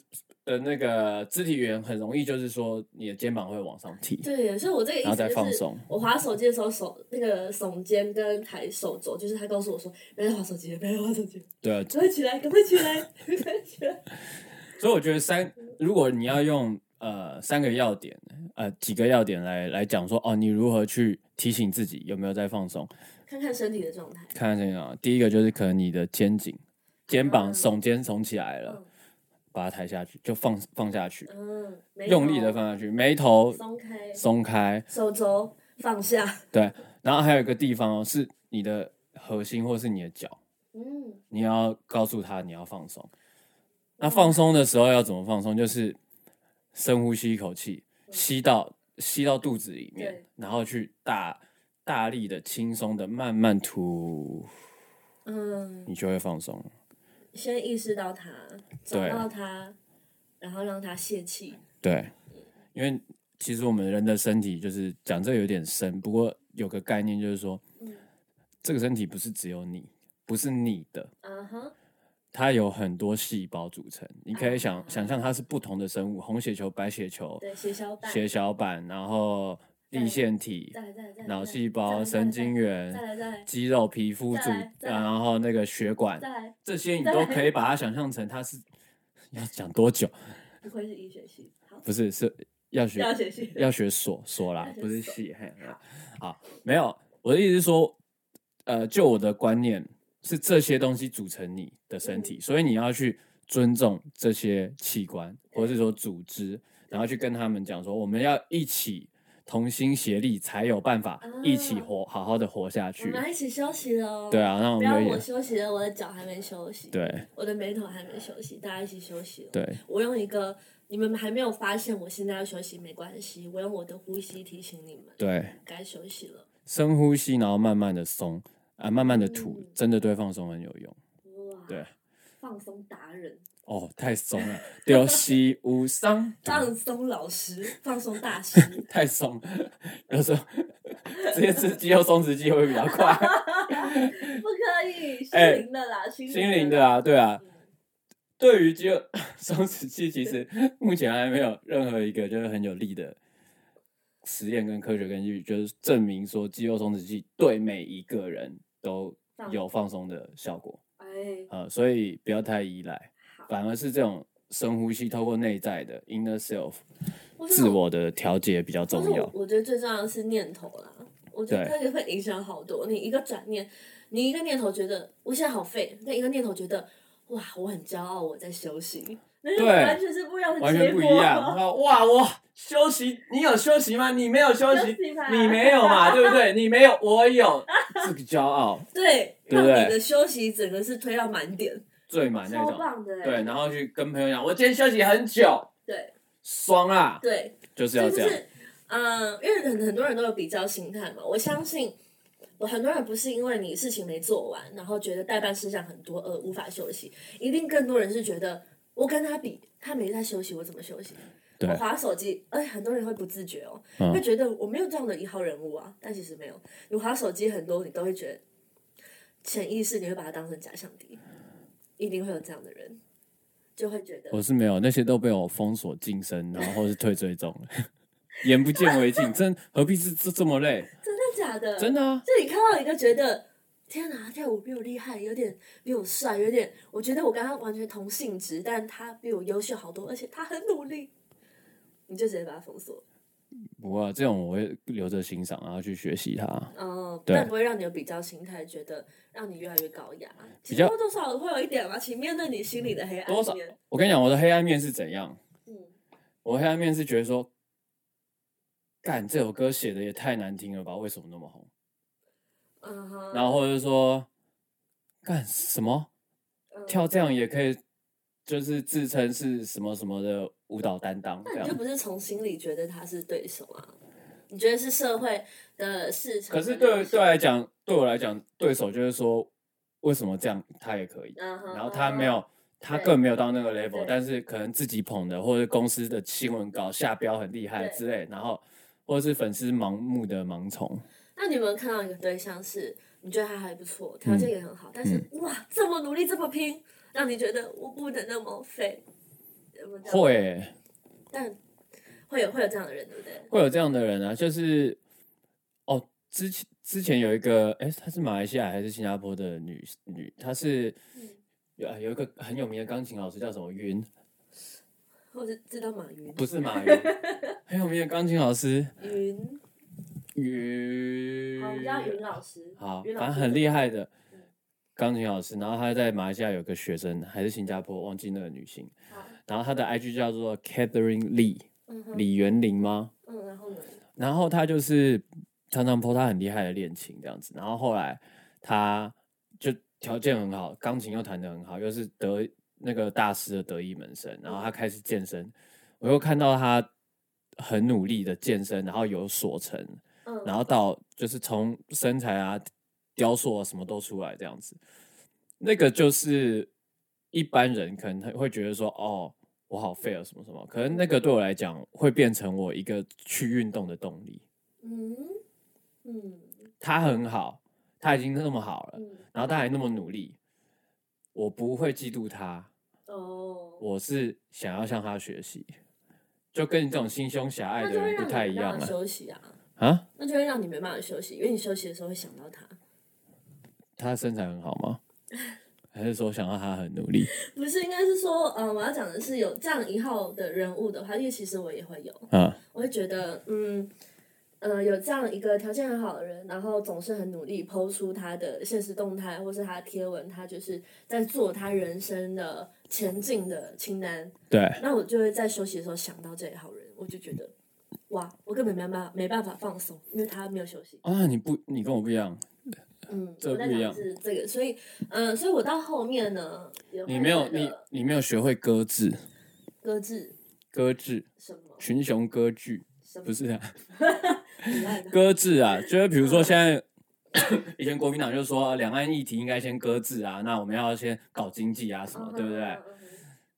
Speaker 2: 的那个肢体语言很容易就是说你的肩膀会往上提，
Speaker 1: 对，所以我这个
Speaker 2: 然
Speaker 1: 意
Speaker 2: 后再
Speaker 1: 思
Speaker 2: 放
Speaker 1: 就是，
Speaker 2: 松。
Speaker 1: 我滑手机的时候手那个耸肩跟抬手肘，就是他告诉我说，不要再滑手机了，不要再滑手机了，
Speaker 2: 对啊，
Speaker 1: 赶快起来，赶快起来，赶快起来。
Speaker 2: 所以我觉得三，如果你要用呃三个要点，呃几个要点来来讲说哦，你如何去提醒自己有没有在放松？
Speaker 1: 看看身体的状态。
Speaker 2: 看看这个啊，第一个就是可能你的肩颈、肩膀
Speaker 1: 嗯
Speaker 2: 耸肩耸起来了，
Speaker 1: 嗯
Speaker 2: 把它抬下去，就放放下去，
Speaker 1: 嗯，眉头
Speaker 2: 用力的放下去，眉头
Speaker 1: 松开，
Speaker 2: 松开，
Speaker 1: 手肘放下，
Speaker 2: 对，然后还有一个地方哦，是你的核心或是你的脚，
Speaker 1: 嗯，
Speaker 2: 你要告诉他你要放松。那放松的时候要怎么放松？就是深呼吸一口气，吸到吸到肚子里面
Speaker 1: 对，
Speaker 2: 然后去大大力的、轻松的慢慢吐，
Speaker 1: 嗯，
Speaker 2: 你就会放松了。
Speaker 1: 先意识到它，找
Speaker 2: 对
Speaker 1: 到它，然后让它泄气。
Speaker 2: 对，因为其实我们人的身体就是讲这有点深，不过有个概念就是说，
Speaker 1: 嗯
Speaker 2: 这个身体不是只有你，不是你的，
Speaker 1: 啊哈，
Speaker 2: 它有很多细胞组成。你可以想、
Speaker 1: 哦
Speaker 2: 想象它是不同的生物，红血球、白血球、
Speaker 1: 对，血小板，
Speaker 2: 血小板，然后立腺体
Speaker 1: 再、来再来再来，
Speaker 2: 脑细
Speaker 1: 再
Speaker 2: 胞、
Speaker 1: 来
Speaker 2: 神经，
Speaker 1: 再
Speaker 2: 元、
Speaker 1: 来再来
Speaker 2: 肌肉、皮肤组
Speaker 1: 再来，再来
Speaker 2: 然后那个血管，
Speaker 1: 再来，
Speaker 2: 这些你都可以把它想象成它是。 要讲多久？
Speaker 1: 不愧是医学系，好，
Speaker 2: 不是，是要学
Speaker 1: 要学系，
Speaker 2: 要学锁锁啦
Speaker 1: 要，学
Speaker 2: 不是
Speaker 1: 锁
Speaker 2: 系。嘿，
Speaker 1: 好
Speaker 2: 好，没有，我的意思是说，呃，就我的观念是这些东西组成你的身
Speaker 1: 嗯
Speaker 2: 体，所以你要去尊重这些器官
Speaker 1: 对
Speaker 2: 或者是说组织，然后去跟他们讲说，我们要一起同心协力，才有办法
Speaker 1: 啊
Speaker 2: 一起活，好好的活下
Speaker 1: 我
Speaker 2: 去。
Speaker 1: 们要一起休息喽。
Speaker 2: 对。啊，那我
Speaker 1: 不
Speaker 2: 们
Speaker 1: 要
Speaker 2: 就
Speaker 1: 我
Speaker 2: 也
Speaker 1: 休息了，我的脚还没休息，
Speaker 2: 对
Speaker 1: 我的眉头还没休息，大家一起休息哦。
Speaker 2: 对
Speaker 1: 我用一个你们还没有发现，我现在要休息没关系，我用我的呼吸提醒你们
Speaker 2: 对，
Speaker 1: 该休息了。
Speaker 2: 深呼吸，然后慢慢的松啊，慢慢的吐，
Speaker 1: 嗯
Speaker 2: 真的对放松很有用。
Speaker 1: 哇，
Speaker 2: 对，
Speaker 1: 放松达人，
Speaker 2: 哦，太松了，丢西无伤。。
Speaker 1: 放松老师，放松大师
Speaker 2: 太松，有时候直接吃肌肉松弛剂会比较快。
Speaker 1: 不可以，心
Speaker 2: 哎
Speaker 1: 灵的啦，心
Speaker 2: 心灵
Speaker 1: 灵
Speaker 2: 的啊，对啊
Speaker 1: 嗯。
Speaker 2: 对于肌肉松弛剂，其实目前还没有任何一个就是很有力的实验跟科学根据，就是证明说肌肉松弛剂对每一个人都有放松的效果。
Speaker 1: 哎，
Speaker 2: 呃，所以不要太依赖，
Speaker 1: 好，
Speaker 2: 反而是这种深呼吸，透过内在的 inner self
Speaker 1: 或是
Speaker 2: 自我的调节比较
Speaker 1: 但是
Speaker 2: 重要
Speaker 1: 我。我觉得最重要的是念头啦，我觉得
Speaker 2: 对
Speaker 1: 那个会影响好多。你一个转念，你一个念头觉得我现在好废，那一个念头觉得哇，我很骄傲，我在休息，那就
Speaker 2: 对
Speaker 1: 完全是不一样的
Speaker 2: 完
Speaker 1: 结
Speaker 2: 全
Speaker 1: 果。
Speaker 2: 不 一样。哇，我休息，你有休息吗？你没有休息
Speaker 1: 休息吧，
Speaker 2: 你没有嘛，对 不对？你没有，我有，这个骄傲
Speaker 1: 对，
Speaker 2: 对
Speaker 1: 让
Speaker 2: 不
Speaker 1: 你
Speaker 2: 对
Speaker 1: 的休息整个是推到满点，
Speaker 2: 最满那
Speaker 1: 超
Speaker 2: 种。
Speaker 1: 棒的欸。
Speaker 2: 对，然后去跟朋友讲，我今天休息很久，
Speaker 1: 对
Speaker 2: 爽啦，
Speaker 1: 对，
Speaker 2: 就是
Speaker 1: 这
Speaker 2: 要
Speaker 1: 就
Speaker 2: 这样。
Speaker 1: 是，嗯，因为很很多人都有比较心态嘛。我相信，我很多人不是因为你事情没做完，然后觉得代办事项很多而无法休息，一定更多人是觉得我跟他比，他没在休息，我怎么休息？
Speaker 2: 对
Speaker 1: 我划手机，而且很多人会不自觉哦，
Speaker 2: 嗯
Speaker 1: 会觉得我没有这样的一号人物啊，但其实没有。你划手机很多，你都会觉得潜意识你会把它当成假想敌，一定会有这样的人，就会觉得
Speaker 2: 我是没有，那些都被我封锁、晋升，然后或是退追踪了。 眼不见为净，真何必是这这么累？
Speaker 1: 真的假的？
Speaker 2: 真的啊，
Speaker 1: 就你看到一个觉得，天哪，跳舞比我厉害，有点比我帅，有点，我觉得我跟他完全同性质，但他比我优秀好多，而且他很努力，你就直接把他封锁，
Speaker 2: 不过啊这种我会留着欣赏，然后去学习它。
Speaker 1: 嗯，
Speaker 2: 对
Speaker 1: 但不会让你有比较心态，觉得让你越来越高压，其
Speaker 2: 比
Speaker 1: 实
Speaker 2: 较
Speaker 1: 多多少少会有一点吧，请面对你心里的黑暗
Speaker 2: 多少
Speaker 1: 面，
Speaker 2: 我跟你讲，我的黑暗面是怎样？
Speaker 1: 嗯，
Speaker 2: 我黑暗面是觉得说，干这首歌写的也太难听了吧？为什么那么红？
Speaker 1: 嗯哼，
Speaker 2: 然后或者说，干什么
Speaker 1: 嗯
Speaker 2: 跳这样也可以，就是自称是什么什么的舞蹈担当这
Speaker 1: 那你就
Speaker 2: 样。
Speaker 1: 不是从心里觉得他是对手啊，你觉得是社会的市场
Speaker 2: 可
Speaker 1: 的
Speaker 2: 是
Speaker 1: 流行，
Speaker 2: 对对我来讲，对我来讲，对手就是说，为什么这样他也可以？
Speaker 1: 嗯哼，
Speaker 2: 然后他没有，他
Speaker 1: 对
Speaker 2: 更没有到那个
Speaker 1: 对
Speaker 2: level，但是可能自己捧的，或者公司的新闻稿下标很厉害
Speaker 1: 对
Speaker 2: 之类，然后或者是粉丝盲目的盲从。
Speaker 1: 那你有没有看到一个对象是你觉得他还不错，
Speaker 2: 嗯
Speaker 1: 条件也很好，但是、哇，这么努力这么拼，让你觉得我不能那么废，有没有这样？
Speaker 2: 会欸。
Speaker 1: 但会有会有这样的人，对不对？
Speaker 2: 会有这样的人啊，就是哦，之前之前有一个，哎，她是马来西亚还是新加坡的女女，她是
Speaker 1: 嗯
Speaker 2: 有啊有一个很有名的钢琴老师叫什么云，
Speaker 1: 或者知道马云，
Speaker 2: 不是马云，很有名的钢琴老师
Speaker 1: 云，
Speaker 2: 云，
Speaker 1: 好，我们叫云老师，
Speaker 2: 好，
Speaker 1: 云老
Speaker 2: 反正
Speaker 1: 师嗯
Speaker 2: 很厉害的钢琴老师，然后她在马来西亚有个学生还是新加坡，忘记那个女星，
Speaker 1: 好，
Speaker 2: 然后她的 IG 叫做 Catherine Lee，
Speaker 1: 嗯哼，
Speaker 2: 李元玲吗？
Speaker 1: 嗯，然后呢？
Speaker 2: 然后他就是常常 po 他很厉害的恋情这样子，然后后来他就条件很好，钢琴又弹得很好，又是德那个大师的得意门生，然后他开始健身，我又看到他很努力的健身，然后有所成，
Speaker 1: 嗯，
Speaker 2: 然后到就是从身材啊、雕塑啊什么都出来这样子，那个就是一般人可能他会觉得说，哦，我好废啊什么什么，可能那个对我来讲会变成我一个去运动的动力。
Speaker 1: 嗯嗯
Speaker 2: 他很好，他已经那么好了，
Speaker 1: 嗯，
Speaker 2: 然后他还那么努力，我不会嫉妒他，
Speaker 1: 哦，
Speaker 2: 我是想要向他学习，就跟你这种心胸狭隘
Speaker 1: 那
Speaker 2: 的
Speaker 1: 就会
Speaker 2: 人
Speaker 1: 让
Speaker 2: 不
Speaker 1: 你
Speaker 2: 太一
Speaker 1: 没办
Speaker 2: 样
Speaker 1: 法
Speaker 2: 了
Speaker 1: 休息啊，
Speaker 2: 啊。
Speaker 1: 那就会让你没办法休息，因为你休息的时候会想到他。
Speaker 2: 他身材很好吗？还是说想要他很努力？
Speaker 1: 不是，应该是说，呃，我要讲的是有这样一号的人物的话，因为其实我也会有，
Speaker 2: 啊，
Speaker 1: 我会觉得，嗯，呃，有这样一个条件很好的人，然后总是很努力剖出他的现实动态或是他的贴文，他就是在做他人生的前进的清单。
Speaker 2: 对，
Speaker 1: 那我就会在休息的时候想到这一号人，我就觉得，哇，我根本没办法没办法放松，因为他没有休息。
Speaker 2: 啊，你不，你跟我不一样，
Speaker 1: 嗯，
Speaker 2: 这
Speaker 1: 我在
Speaker 2: 不一
Speaker 1: 讲
Speaker 2: 样
Speaker 1: 的是这个，所以，嗯、所以我到后面呢，也会
Speaker 2: 你没有，
Speaker 1: 觉得
Speaker 2: 你你没有学会搁置，
Speaker 1: 搁置
Speaker 2: 搁置，
Speaker 1: 什么
Speaker 2: 群雄割据，
Speaker 1: 什么
Speaker 2: 不是啊，
Speaker 1: 以外的
Speaker 2: 搁置啊，就是比如说现在。 以前国民党就说啊两岸议题应该先搁置啊，那我们要先搞经济啊什
Speaker 1: 嗯
Speaker 2: 么，对不对？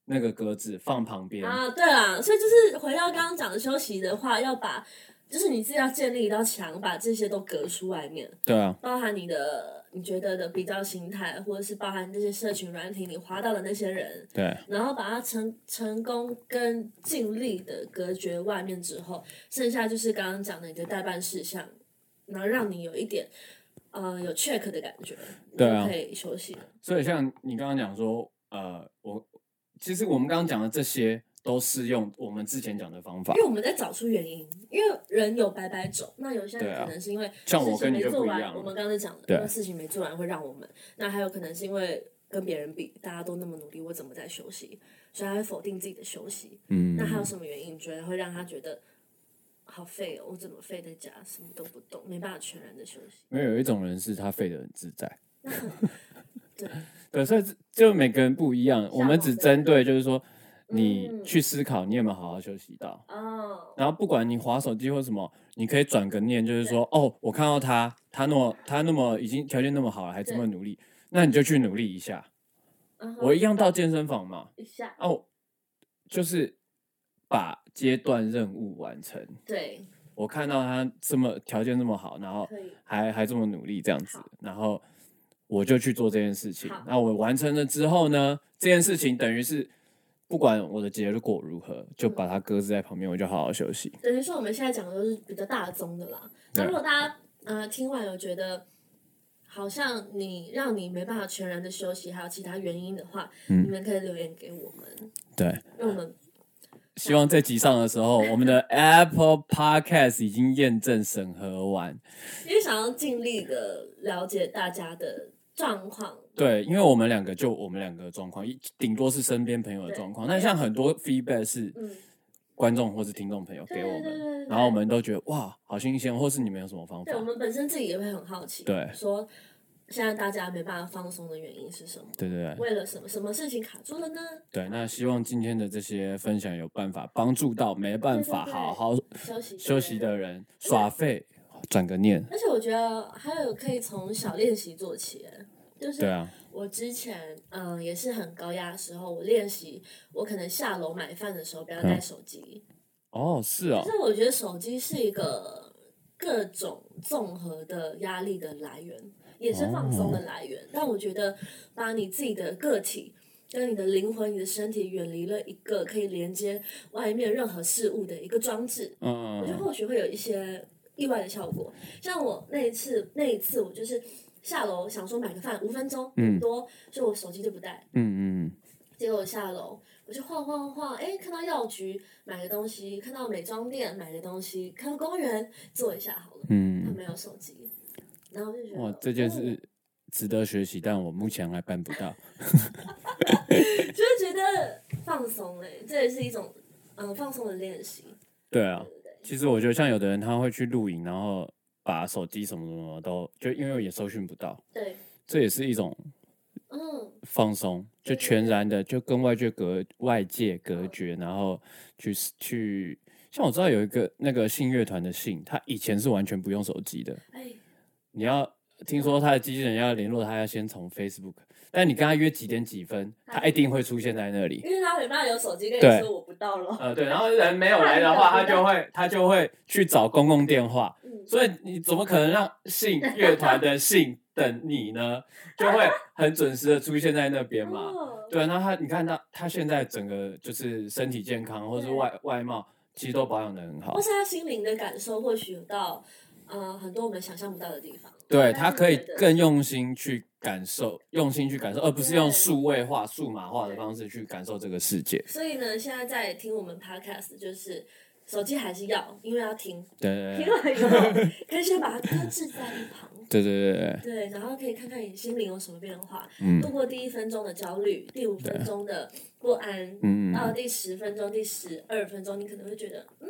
Speaker 2: 那个搁置放旁边，
Speaker 1: 啊，对啦，所以就是回到刚刚讲的休息的话，要把就是你自己要建立一道墙，把这些都隔出外面，
Speaker 2: 对啊，
Speaker 1: 包含你的你觉得的比较心态，或者是包含这些社群软体你滑到的那些人，
Speaker 2: 对，
Speaker 1: 然后把它成成功跟尽力的隔绝外面之后，剩下就是刚刚讲的你的代办事项，然后让你有一点呃有 check 的感觉，你
Speaker 2: 对啊
Speaker 1: 就可以休息了。
Speaker 2: 所以像你刚刚讲说，呃，我其实我们刚刚讲的这些都是用我们之前讲的方法
Speaker 1: 因，为我们在找出原因，因为人有百百种，那有些
Speaker 2: 对
Speaker 1: 人
Speaker 2: 啊
Speaker 1: 可能是因为
Speaker 2: 像
Speaker 1: 事
Speaker 2: 我
Speaker 1: 情
Speaker 2: 跟你
Speaker 1: 没
Speaker 2: 就
Speaker 1: 做
Speaker 2: 不一
Speaker 1: 完，
Speaker 2: 样
Speaker 1: 我们
Speaker 2: 了，
Speaker 1: 刚刚讲了，
Speaker 2: 对
Speaker 1: 那事情没做完会让我们，那还有可能是因为跟别人比，大家都那么努力，我怎么在休息？所以他会否定自己的休息。
Speaker 2: 嗯
Speaker 1: 那还有什么原因，你觉得会让他觉得好废哦？我怎么废在家，什么都不动，没办法全然的休息？
Speaker 2: 因为有一种人是他废得很自在，
Speaker 1: 那很 对，
Speaker 2: 对，所以就每个人不一样，我们只针对就是说你
Speaker 1: 嗯
Speaker 2: 去思考你有没有好好休息到，
Speaker 1: 哦，
Speaker 2: 然后不管你划手机或什么，你可以转个念，就是说哦，我看到他，他那么他那么已经条件那么好了，还这么努力，那你就去努力一下。
Speaker 1: 嗯哼
Speaker 2: 我一样到健身房嘛，
Speaker 1: 一下，
Speaker 2: 哦，就是把阶段任务完成。
Speaker 1: 对，
Speaker 2: 我看到他这么条件这么好，然后
Speaker 1: 可以，
Speaker 2: 还还这么努力这样子
Speaker 1: 好，
Speaker 2: 然后我就去做这件事情
Speaker 1: 好。
Speaker 2: 那我完成了之后呢，这件事情等于是不管我的结果如何，
Speaker 1: 嗯
Speaker 2: 就把它搁置在旁边，我就好好休息。
Speaker 1: 等于说我们现在讲的都是比较大宗的啦。那
Speaker 2: 对啊
Speaker 1: 如果大家呃听完有觉得好像你让你没办法全然的休息，还有其他原因的话，
Speaker 2: 嗯
Speaker 1: 你们可以留言给我们，
Speaker 2: 对，
Speaker 1: 让我们
Speaker 2: 希望这集上的时候，我 们的 Apple Podcast 已经验证审核完。
Speaker 1: 因为想要尽力的了解大家的状况。
Speaker 2: 对，因为我们两个就我们两个的状况，一顶多是身边朋友的
Speaker 1: 对
Speaker 2: 状况。那像很多 feedback 是
Speaker 1: 嗯，
Speaker 2: 观众或是听众朋友给我
Speaker 1: 对对对对
Speaker 2: 们，
Speaker 1: 对
Speaker 2: 然后我们都觉得哇，好新鲜，或是你们有什么方法
Speaker 1: 对，我？们本身自己也会很好奇，
Speaker 2: 对
Speaker 1: 说现在大家没办法放松的原因是什么？
Speaker 2: 对对对
Speaker 1: 为了什么？什么事情卡住了呢？
Speaker 2: 对，那希望今天的这些分享有办法帮助到没办法
Speaker 1: 对对对
Speaker 2: 好好
Speaker 1: 休息
Speaker 2: 休息的人，耍废转个念，
Speaker 1: 而且我觉得还有可以从小练习做起，就是
Speaker 2: 对啊，
Speaker 1: 我之前嗯、呃也是很高压的时候，我练习我可能下楼买饭的时候不要带手机，
Speaker 2: 哦是哦
Speaker 1: 但，是我觉得手机是一个各种综合的压力的来源，也是放松的来源。但我觉得把你自己的个体。跟你的灵魂、你的身体远离了一个可以连接外面任何事物的一个装置，
Speaker 2: 嗯
Speaker 1: 我
Speaker 2: 嗯
Speaker 1: 觉得
Speaker 2: 嗯，
Speaker 1: 或许会有一些意外的效果。像我那一次，那一次我就是下楼想说买个饭，五分钟
Speaker 2: 嗯
Speaker 1: 顶多，所以我手机就不带。
Speaker 2: 嗯嗯
Speaker 1: 结果我下楼，我就晃晃晃，哎，看到药局买个东西，看到美妆店买个东西，看到公园坐一下好了。他
Speaker 2: 嗯，
Speaker 1: 没有手机，然后我就觉得
Speaker 2: 哇，这件
Speaker 1: 哦
Speaker 2: 事值得学习，但我目前还办不到。
Speaker 1: 就是觉得放松哎、这也是一种嗯放松的练习。
Speaker 2: 对啊
Speaker 1: 对，
Speaker 2: 其实我觉得像有的人他会去露营，然后把手机什么什么都就因为也搜寻不到，
Speaker 1: 对，
Speaker 2: 这也是一种
Speaker 1: 嗯，
Speaker 2: 放松，就
Speaker 1: 对对嗯
Speaker 2: 全然的就跟外界隔外界隔绝，然后去去。像我知道有一个那个信乐团的信，他以前是完全不用手机的。
Speaker 1: 哎，
Speaker 2: 你要听说他的经纪人要联络他，要先从 Facebook，但你跟他约几点几分，他
Speaker 1: 嗯
Speaker 2: 一定会出现在那里。
Speaker 1: 因为他没办法有手机跟
Speaker 2: 对
Speaker 1: 你说我不到了，
Speaker 2: 呃，对，然后人没有来的话，他 就会他就会去找公共电话，
Speaker 1: 嗯，
Speaker 2: 所以你怎么可能让信乐团的信等你呢？就会很准时的出现在那边嘛。
Speaker 1: 哦
Speaker 2: 对，啊那他你看他他现在整个就是身体健康或是外
Speaker 1: 啊
Speaker 2: 外貌，其实都保养的很好
Speaker 1: 或。是他心灵的感受，或许有到呃很多我们想象不到的地方。
Speaker 2: 对他可以
Speaker 1: 对对对
Speaker 2: 更用心去感受，用心去感受，而不是用数位化、数码化的方式去感受这个世界。
Speaker 1: 所以呢，现在在听我们 podcast，就是手机还是要，因为要听，
Speaker 2: 对对
Speaker 1: 听完以后可以先把它搁置在一旁。
Speaker 2: 对对对对对，
Speaker 1: 对，然后可以看看你心灵有什么变化，
Speaker 2: 嗯
Speaker 1: 度过第一分钟的焦虑，第五分钟的不安，
Speaker 2: 嗯
Speaker 1: 到第十分钟、第十二分钟，你可能会觉得，嗯，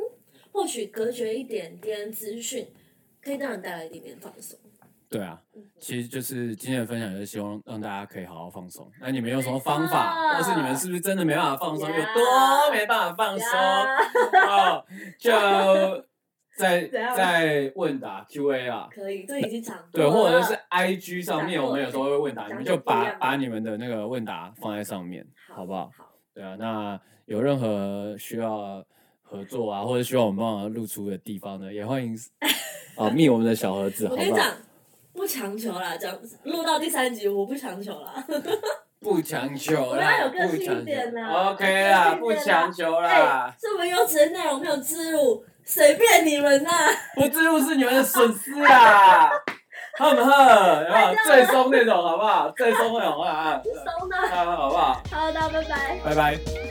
Speaker 1: 或许隔绝一点点资讯，可以让你带来一点点放松。
Speaker 2: 对啊。
Speaker 1: 嗯
Speaker 2: 其实就是今天的分享，就是希望让大家可以好好放松。那你们有什么方法，
Speaker 1: 没
Speaker 2: 或
Speaker 1: 错
Speaker 2: 是你们是不是真的没办法放松，有
Speaker 1: 呀
Speaker 2: 多没办法放松？
Speaker 1: 呀
Speaker 2: 哦， 就在
Speaker 1: 怎样
Speaker 2: 在问答 Q&A 啊，
Speaker 1: 可以，这已经讲过
Speaker 2: 对，或者
Speaker 1: 了
Speaker 2: 是 IG 上面，
Speaker 1: 讲过
Speaker 2: 我们有时候会问答，
Speaker 1: 讲过
Speaker 2: 你们就把
Speaker 1: 不一样
Speaker 2: 把你们的那个问答放在上面，好不好？
Speaker 1: 好，
Speaker 2: 对啊，那有任何需要合作啊，或者需要我们帮忙露出的地方呢，也 欢迎啊密我们的小盒子，好
Speaker 1: 我跟你
Speaker 2: 不好？
Speaker 1: 讲，不强求啦，讲录到第三集，我不强求啦。
Speaker 2: 不强求
Speaker 1: 我要
Speaker 2: 啦，
Speaker 1: 有个
Speaker 2: 不
Speaker 1: 性
Speaker 2: 强
Speaker 1: 一点
Speaker 2: 求
Speaker 1: 啦
Speaker 2: ，OK 啦，
Speaker 1: 有
Speaker 2: 不
Speaker 1: 个性一点啦
Speaker 2: 强求
Speaker 1: 哎
Speaker 2: 啦，，
Speaker 1: 这么优质的内容没有植入，随便你们啊啦。
Speaker 2: 不自入是你们的损失啦。哼不哼，然后最松那种好不好？最松那种啊啊！
Speaker 1: 收呢。
Speaker 2: 啊，好不好？
Speaker 1: 好的，拜拜。
Speaker 2: 拜拜。